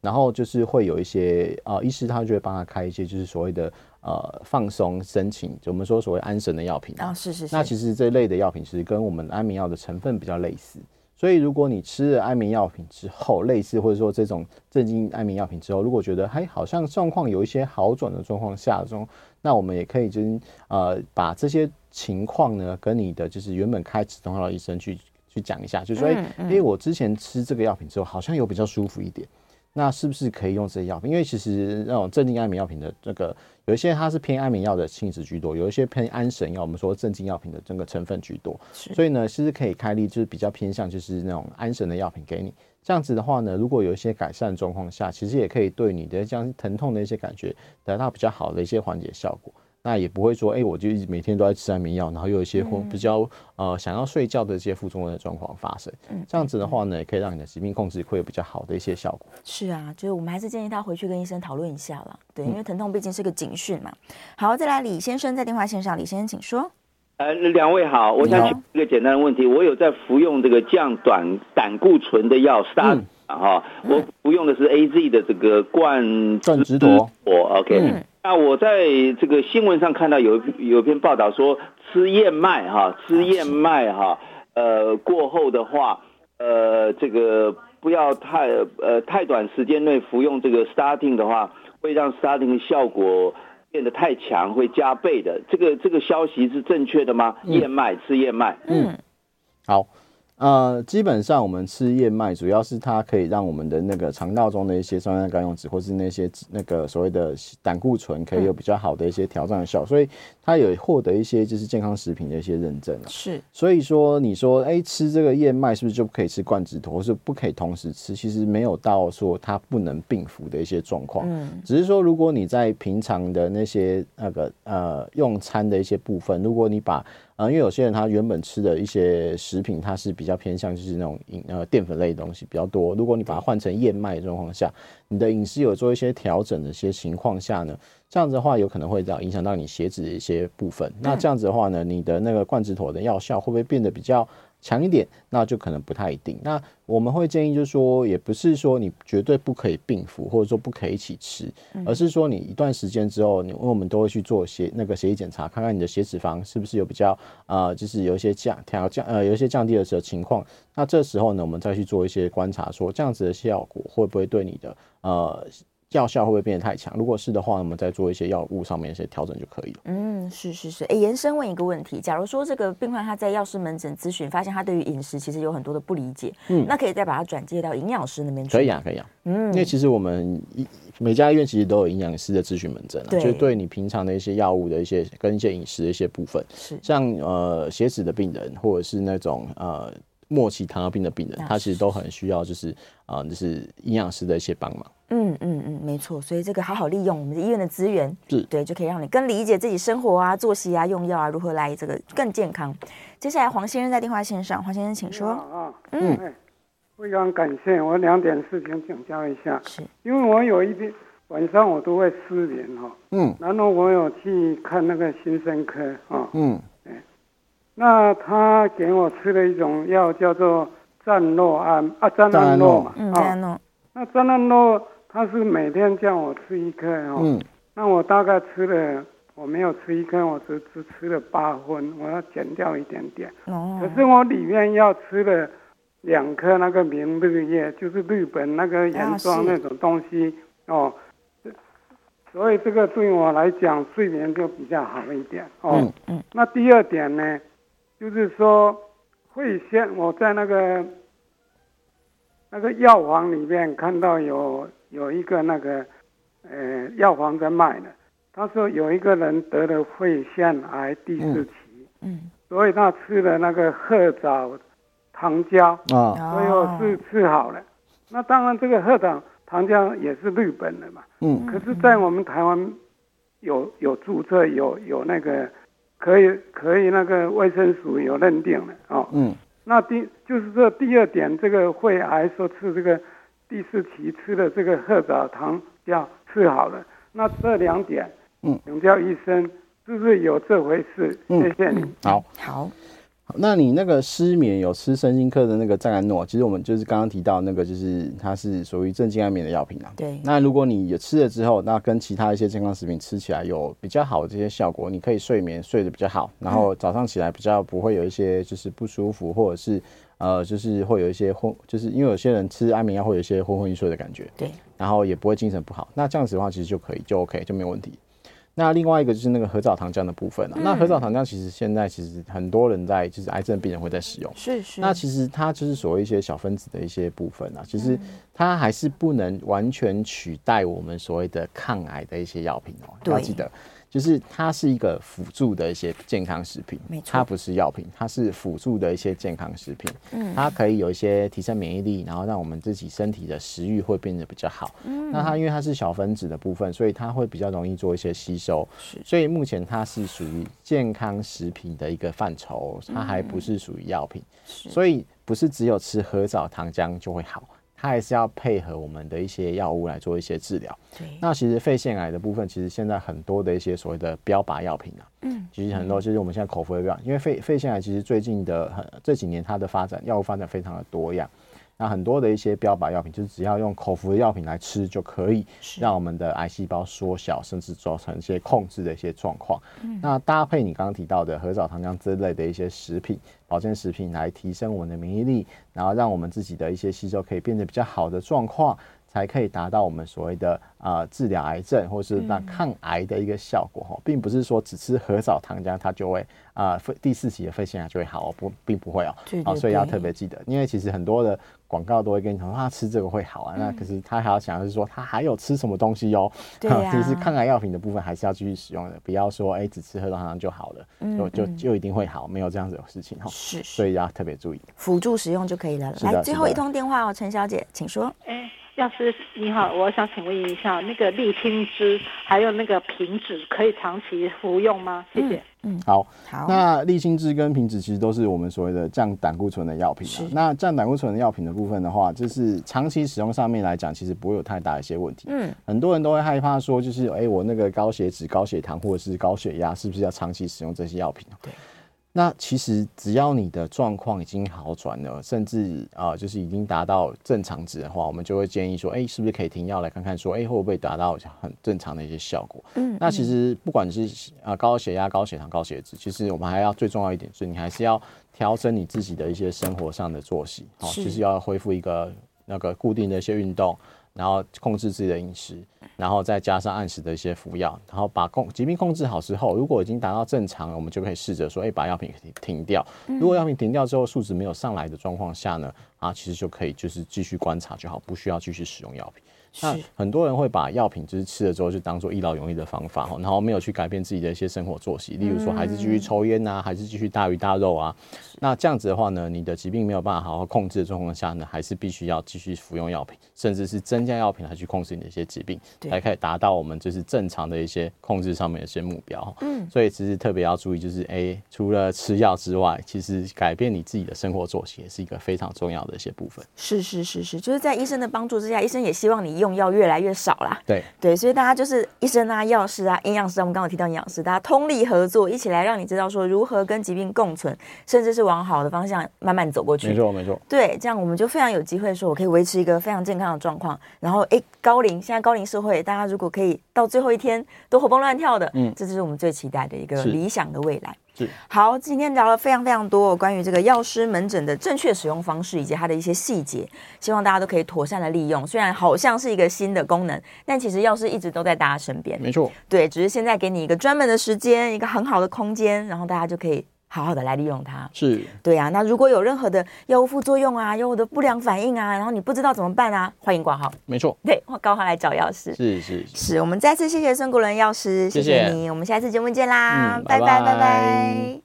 Speaker 2: 然后就是会有一些呃，医师他就会帮他开一些就是所谓的呃放松申请，就我们说所谓安神的药品
Speaker 1: 啊、哦，是是是，
Speaker 2: 那其实这类的药品其实跟我们安眠药的成分比较类似，所以如果你吃了安眠药品之后，类似或者说这种镇静安眠药品之后，如果觉得还好像状况有一些好转的状况下中，那我们也可以就是呃把这些情况呢跟你的就是原本开止痛药的医生去去讲一下，就说
Speaker 1: 嗯
Speaker 2: 哎、诶我之前吃这个药品之后好像有比较舒服一点。那是不是可以用这些药品？因为其实那种镇静安眠药品的这个，有一些它是偏安眠药的性质居多，有一些偏安神药，我们说镇静药品的这个成分居多。所以呢，其实可以开立就是比较偏向就是那种安神的药品给你。这样子的话呢，如果有一些改善状况下，其实也可以对你的这样疼痛的一些感觉得到比较好的一些缓解效果。那也不会说，哎、我就一直每天都在吃安眠药，然后又有一些或比较呃想要睡觉的一些副作用的状况发生。这样子的话呢，也可以让你的疾病控制会有比较好的一些效果。
Speaker 1: 是啊，就是我们还是建议他回去跟医生讨论一下啦。
Speaker 2: 嗯
Speaker 1: 对，因为疼痛毕竟是个警讯嘛。好，再来李先生在电话线上，李先生请说。
Speaker 6: 呃，两位好，我想
Speaker 2: 你好
Speaker 6: 请一个简单的问题，我有在服用这个降短胆固醇的药沙
Speaker 2: 嗯
Speaker 6: 哈、我服用的是 A Z 的这个冠
Speaker 2: 冠之陀
Speaker 6: 我 OK，、
Speaker 2: 嗯
Speaker 6: 那我在这个新闻上看到有一有一篇报道说吃燕麦哈、吃燕麦哈、呃过后的话，呃这个不要太呃太短时间内服用这个 statin 的话，会让 statin 的效果变得太强，会加倍的。这个这个消息是正确的吗？燕麦吃燕麦，
Speaker 1: 嗯，
Speaker 2: 好，呃，基本上我们吃燕麦，主要是它可以让我们的那个肠道中的一些酸甘甘油酯，或是那些脂那个所谓的胆固醇，可以有比较好的一些调整的效果，所以它有获得一些就是健康食品的一些认证啊。
Speaker 1: 是
Speaker 2: 所以说，你说，哎、吃这个燕麦是不是就不可以吃冠子头，或是不可以同时吃？其实没有到说它不能并服的一些状况。
Speaker 1: 嗯，
Speaker 2: 只是说，如果你在平常的那些那个呃用餐的一些部分，如果你把呃，因为有些人他原本吃的一些食品，它是比较偏向就是那种饮呃淀粉类的东西比较多。如果你把它换成燕麦的状况下，你的饮食有做一些调整的一些情况下呢，这样子的话有可能会到影响到你血脂的一些部分。那这样子的话呢，你的那个冠子妥的药效会不会变得比较强一点？那就可能不太一定。那我们会建议就是说，也不是说你绝对不可以并服，或者说不可以一起吃，而是说你一段时间之后，你因为我们都会去做血那个血液检查，看看你的血脂肪是不是有比较呃，就是有一些降调降呃有一些降低的时候情况。那这时候呢，我们再去做一些观察说这样子的效果会不会对你的呃药效会不会变得太强？如果是的话，我们再做一些药物上面一些调整就可以了。
Speaker 1: 嗯，是是是。哎，延伸问一个问题：假如说这个病患他在药师门诊咨询，发现他对于饮食其实有很多的不理解，嗯，那可以再把他转介到营养师那边去。
Speaker 2: 可以啊，可以啊。
Speaker 1: 嗯
Speaker 2: 因为其实我们一每家医院其实都有营养师的咨询门诊啊，
Speaker 1: 对
Speaker 2: 就对你平常的一些药物的一些跟一些饮食的一些部分，
Speaker 1: 是
Speaker 2: 像呃血脂的病人或者是那种呃末期糖尿病的病人
Speaker 1: 啊，
Speaker 2: 他其实都很需要就是啊、呃就是营养师的一些帮忙。
Speaker 1: 嗯嗯嗯，没错。所以这个好好利用我们的医院的资源，
Speaker 2: 是
Speaker 1: 对，就可以让你更理解自己生活啊、作息啊、用药啊，如何来这个更健康。接下来黄先生在电话线上，黄先生请说。
Speaker 7: 啊，嗯，哎非常感谢。我两点事情请教一下，
Speaker 1: 是，
Speaker 7: 因为我有一天晚上我都会失眠哈，
Speaker 2: 嗯
Speaker 7: 然后我有去看那个心生科啊，
Speaker 2: 嗯
Speaker 7: 那他给我吃了一种药叫做战诺胺啊，战
Speaker 2: 战
Speaker 7: 胺
Speaker 2: 诺
Speaker 7: 诺嘛，
Speaker 1: 嗯，大家
Speaker 7: 啊，
Speaker 1: 弄，
Speaker 7: 那战胺诺他是每天叫我吃一颗哦，
Speaker 2: 嗯
Speaker 7: 那我大概吃了，我没有吃一颗，我只只吃了八分，我要减掉一点点。
Speaker 1: 哦
Speaker 7: 可，是我里面要吃了两颗那个明日叶，就是日本那个原
Speaker 1: 啊
Speaker 7: 装
Speaker 1: 是
Speaker 7: 那种东西、
Speaker 1: 啊
Speaker 7: 哦，所以这个对我来讲睡眠就比较好一点哦。
Speaker 2: 嗯
Speaker 1: 嗯
Speaker 7: 那第二点呢，就是说会先我在那个那个药房里面看到有有一个那个呃药房在卖的，他说有一个人得了肺腺癌第四期。
Speaker 1: 嗯，
Speaker 7: 所以他吃了那个褐藻糖胶，
Speaker 2: 啊
Speaker 7: 所以我
Speaker 1: 哦，
Speaker 7: 是吃好了。那当然，这个褐藻糖胶也是日本的嘛，
Speaker 2: 嗯
Speaker 7: 可是，在我们台湾有有注册，有有那个可以可以那个卫生署有认定的哦。
Speaker 2: 嗯
Speaker 7: 那第就是这第二点，这个肺癌说吃这个第四期吃的这个褐藻糖胶吃好了，那这两点，
Speaker 2: 嗯，
Speaker 7: 请教医生是不是有这回事？
Speaker 2: 嗯
Speaker 7: 谢谢你。
Speaker 2: 好。
Speaker 1: 好，
Speaker 2: 好那你那个失眠有吃身心科的那个赞安诺，其实我们就是刚刚提到那个，就是它是属于镇静安眠的药品啊。
Speaker 1: 对，
Speaker 2: 那如果你有吃了之后，那跟其他一些健康食品吃起来有比较好的这些效果，你可以睡眠睡得比较好，然后早上起来比较不会有一些就是不舒服，或者是呃就是会有一些昏，就是因为有些人吃安眠药会有一些昏昏欲睡的感觉，
Speaker 1: 对，
Speaker 2: 然后也不会精神不好。那这样子的话，其实就可以就 OK 就没有问题。那另外一个就是那个合藻糖浆的部分啊，那合藻糖浆其实现在其实很多人在就是癌症病人会在使用，
Speaker 1: 是是，
Speaker 2: 那其实它就是所谓一些小分子的一些部分啊，其实它还是不能完全取代我们所谓的抗癌的一些药品哦。
Speaker 1: 对
Speaker 2: 要记得，就是它是一个辅助的一些健康食品，
Speaker 1: 没错
Speaker 2: 它不是药品，它是辅助的一些健康食品。嗯，它可以有一些提升免疫力，然后让我们自己身体的食欲会变得比较好。嗯，那它因为它是小分子的部分，所以它会比较容易做一些吸收。所以目前它是属于健康食品的一个范畴，它还不是属于药品，所以不是只有吃合藻糖浆就会好，它还是要配合我们的一些药物来做一些治疗。
Speaker 1: 对，
Speaker 2: 那其实肺腺癌的部分，其实现在很多的一些所谓的标靶药品啊，嗯，其实很多就是我们现在口服的标靶，因为肺肺腺癌其实最近的很这几年它的发展药物发展非常的多样，那很多的一些标靶药品，就是只要用口服的药品来吃就可以，让我们的癌细胞缩小，甚至造成一些控制的一些状况。那搭配你刚刚提到的合藻糖浆之类的一些食品、保健食品，来提升我们的免疫力，然后让我们自己的一些吸收可以变得比较好的状况，才可以达到我们所谓的呃治疗癌症或
Speaker 1: 嗯
Speaker 2: 是那抗癌的一个效果哈、并不是说只吃合藻糖浆它就会啊、肺第四期的肺腺癌就会好哦，不并不会哦，
Speaker 1: 对
Speaker 2: 好、
Speaker 1: 对
Speaker 2: 所以要
Speaker 1: 对
Speaker 2: 特别记得，因为其实很多的广告都会跟你讲说啊吃这个会好
Speaker 1: 嗯
Speaker 2: 啊，那可是他还要想的是说他还有吃什么东西哦，
Speaker 1: 对啊
Speaker 2: 哈
Speaker 1: 呀
Speaker 2: 就是抗癌药品的部分还是要继续使用的，不要说哎只吃合藻糖浆就好了，就就就一定会好，没有这样子的事情哈、
Speaker 1: 嗯是是
Speaker 2: 哦所以要特别注意。
Speaker 1: 辅助使用就可以了。
Speaker 2: 是的
Speaker 1: 来，最
Speaker 2: 是
Speaker 1: 后
Speaker 2: 的
Speaker 1: 一通电话哦，陈小姐，请说。
Speaker 8: 哎，药师你好，我想请问一下，那个利听汁还有那个平脂可以长期服用吗？谢谢。
Speaker 2: 好，
Speaker 1: 好，
Speaker 2: 那利辛酯跟平脂其实都是我们所谓的降胆固醇的药品、
Speaker 1: 是
Speaker 2: 啊。那降胆固醇的药品的部分的话，就是长期使用上面来讲，其实不会有太大的一些问题。
Speaker 1: 嗯，
Speaker 2: 很多人都会害怕说，就是哎、我那个高血脂、高血糖或者是高血压，是不是要长期使用这些药品、啊？对。那其实只要你的状况已经好转了，甚至啊、呃就是已经达到正常值的话，我们就会建议说，哎、是不是可以停药来看看说，哎、会不会达到很正常的一些效果？那其实不管是啊、呃高血压、高血糖、高血脂，其实我们还要最重要一点是，你还是要调整你自己的一些生活上的作息，好、
Speaker 1: 是
Speaker 2: 就是要恢复一个那个固定的一些运动，然后控制自己的饮食，然后再加上按时的一些服药，然后把控疾病控制好之后，如果已经达到正常了，我们就可以试着说，哎，把药品停停掉。如果药品停掉之后数值没有上来的状况下呢，啊，其实就可以就是继续观察就好，不需要继续使用药品。那很多人会把药品就是吃了之后就当做一劳永逸的方法，哦然后没有去改变自己的一些生活作息，例如说还是继续抽烟呐、还是继续大鱼大肉啊。那这样子的话呢，你的疾病没有办法好好控制的状况下呢，还是必须要继续服用药品，甚至是增加药品来去控制你的一些疾病，
Speaker 1: 对
Speaker 2: 才可以达到我们就是正常的一些控制上面的一些目标。嗯，所以其实特别要注意，就是哎、除了吃药之外，其实改变你自己的生活作息也是一个非常重要的一些部分。
Speaker 1: 是是是是，就是在医生的帮助之下，医生也希望你用药越来越少啦。
Speaker 2: 对，
Speaker 1: 对，所以大家就是医生啊、药师啊、营养师啊，我们刚刚有提到营养师，大家通力合作，一起来让你知道说如何跟疾病共存，甚至是往好的方向慢慢走过去。
Speaker 2: 没错没错。
Speaker 1: 对，这样我们就非常有机会说，我可以维持一个非常健康的状况。然后，哎，高龄现在高龄社会，大家如果可以到最后一天都活蹦乱跳的，嗯
Speaker 2: 嗯，
Speaker 1: 这就是我们最期待的一个
Speaker 2: 是
Speaker 1: 理想的未来。
Speaker 2: 是
Speaker 1: 好，今天聊了非常非常多关于这个药师门诊的正确使用方式以及它的一些细节，希望大家都可以妥善的利用。虽然好像是一个新的功能，但其实药师一直都在大家身边。
Speaker 2: 没错，
Speaker 1: 对，只是现在给你一个专门的时间，一个很好的空间，然后大家就可以好好的来利用它。
Speaker 2: 是
Speaker 1: 对啊，那如果有任何的药物副作用啊、药物的不良反应啊，然后你不知道怎么办啊，欢迎挂号，
Speaker 2: 没错，
Speaker 1: 对，挂号来找药师。
Speaker 2: 是是是。
Speaker 1: 是我们再次谢谢孙国伦药师，谢
Speaker 2: 谢谢
Speaker 1: 你，我们下次节目见啦，
Speaker 2: 嗯
Speaker 1: 拜
Speaker 2: 拜
Speaker 1: 拜拜
Speaker 2: 拜
Speaker 1: 拜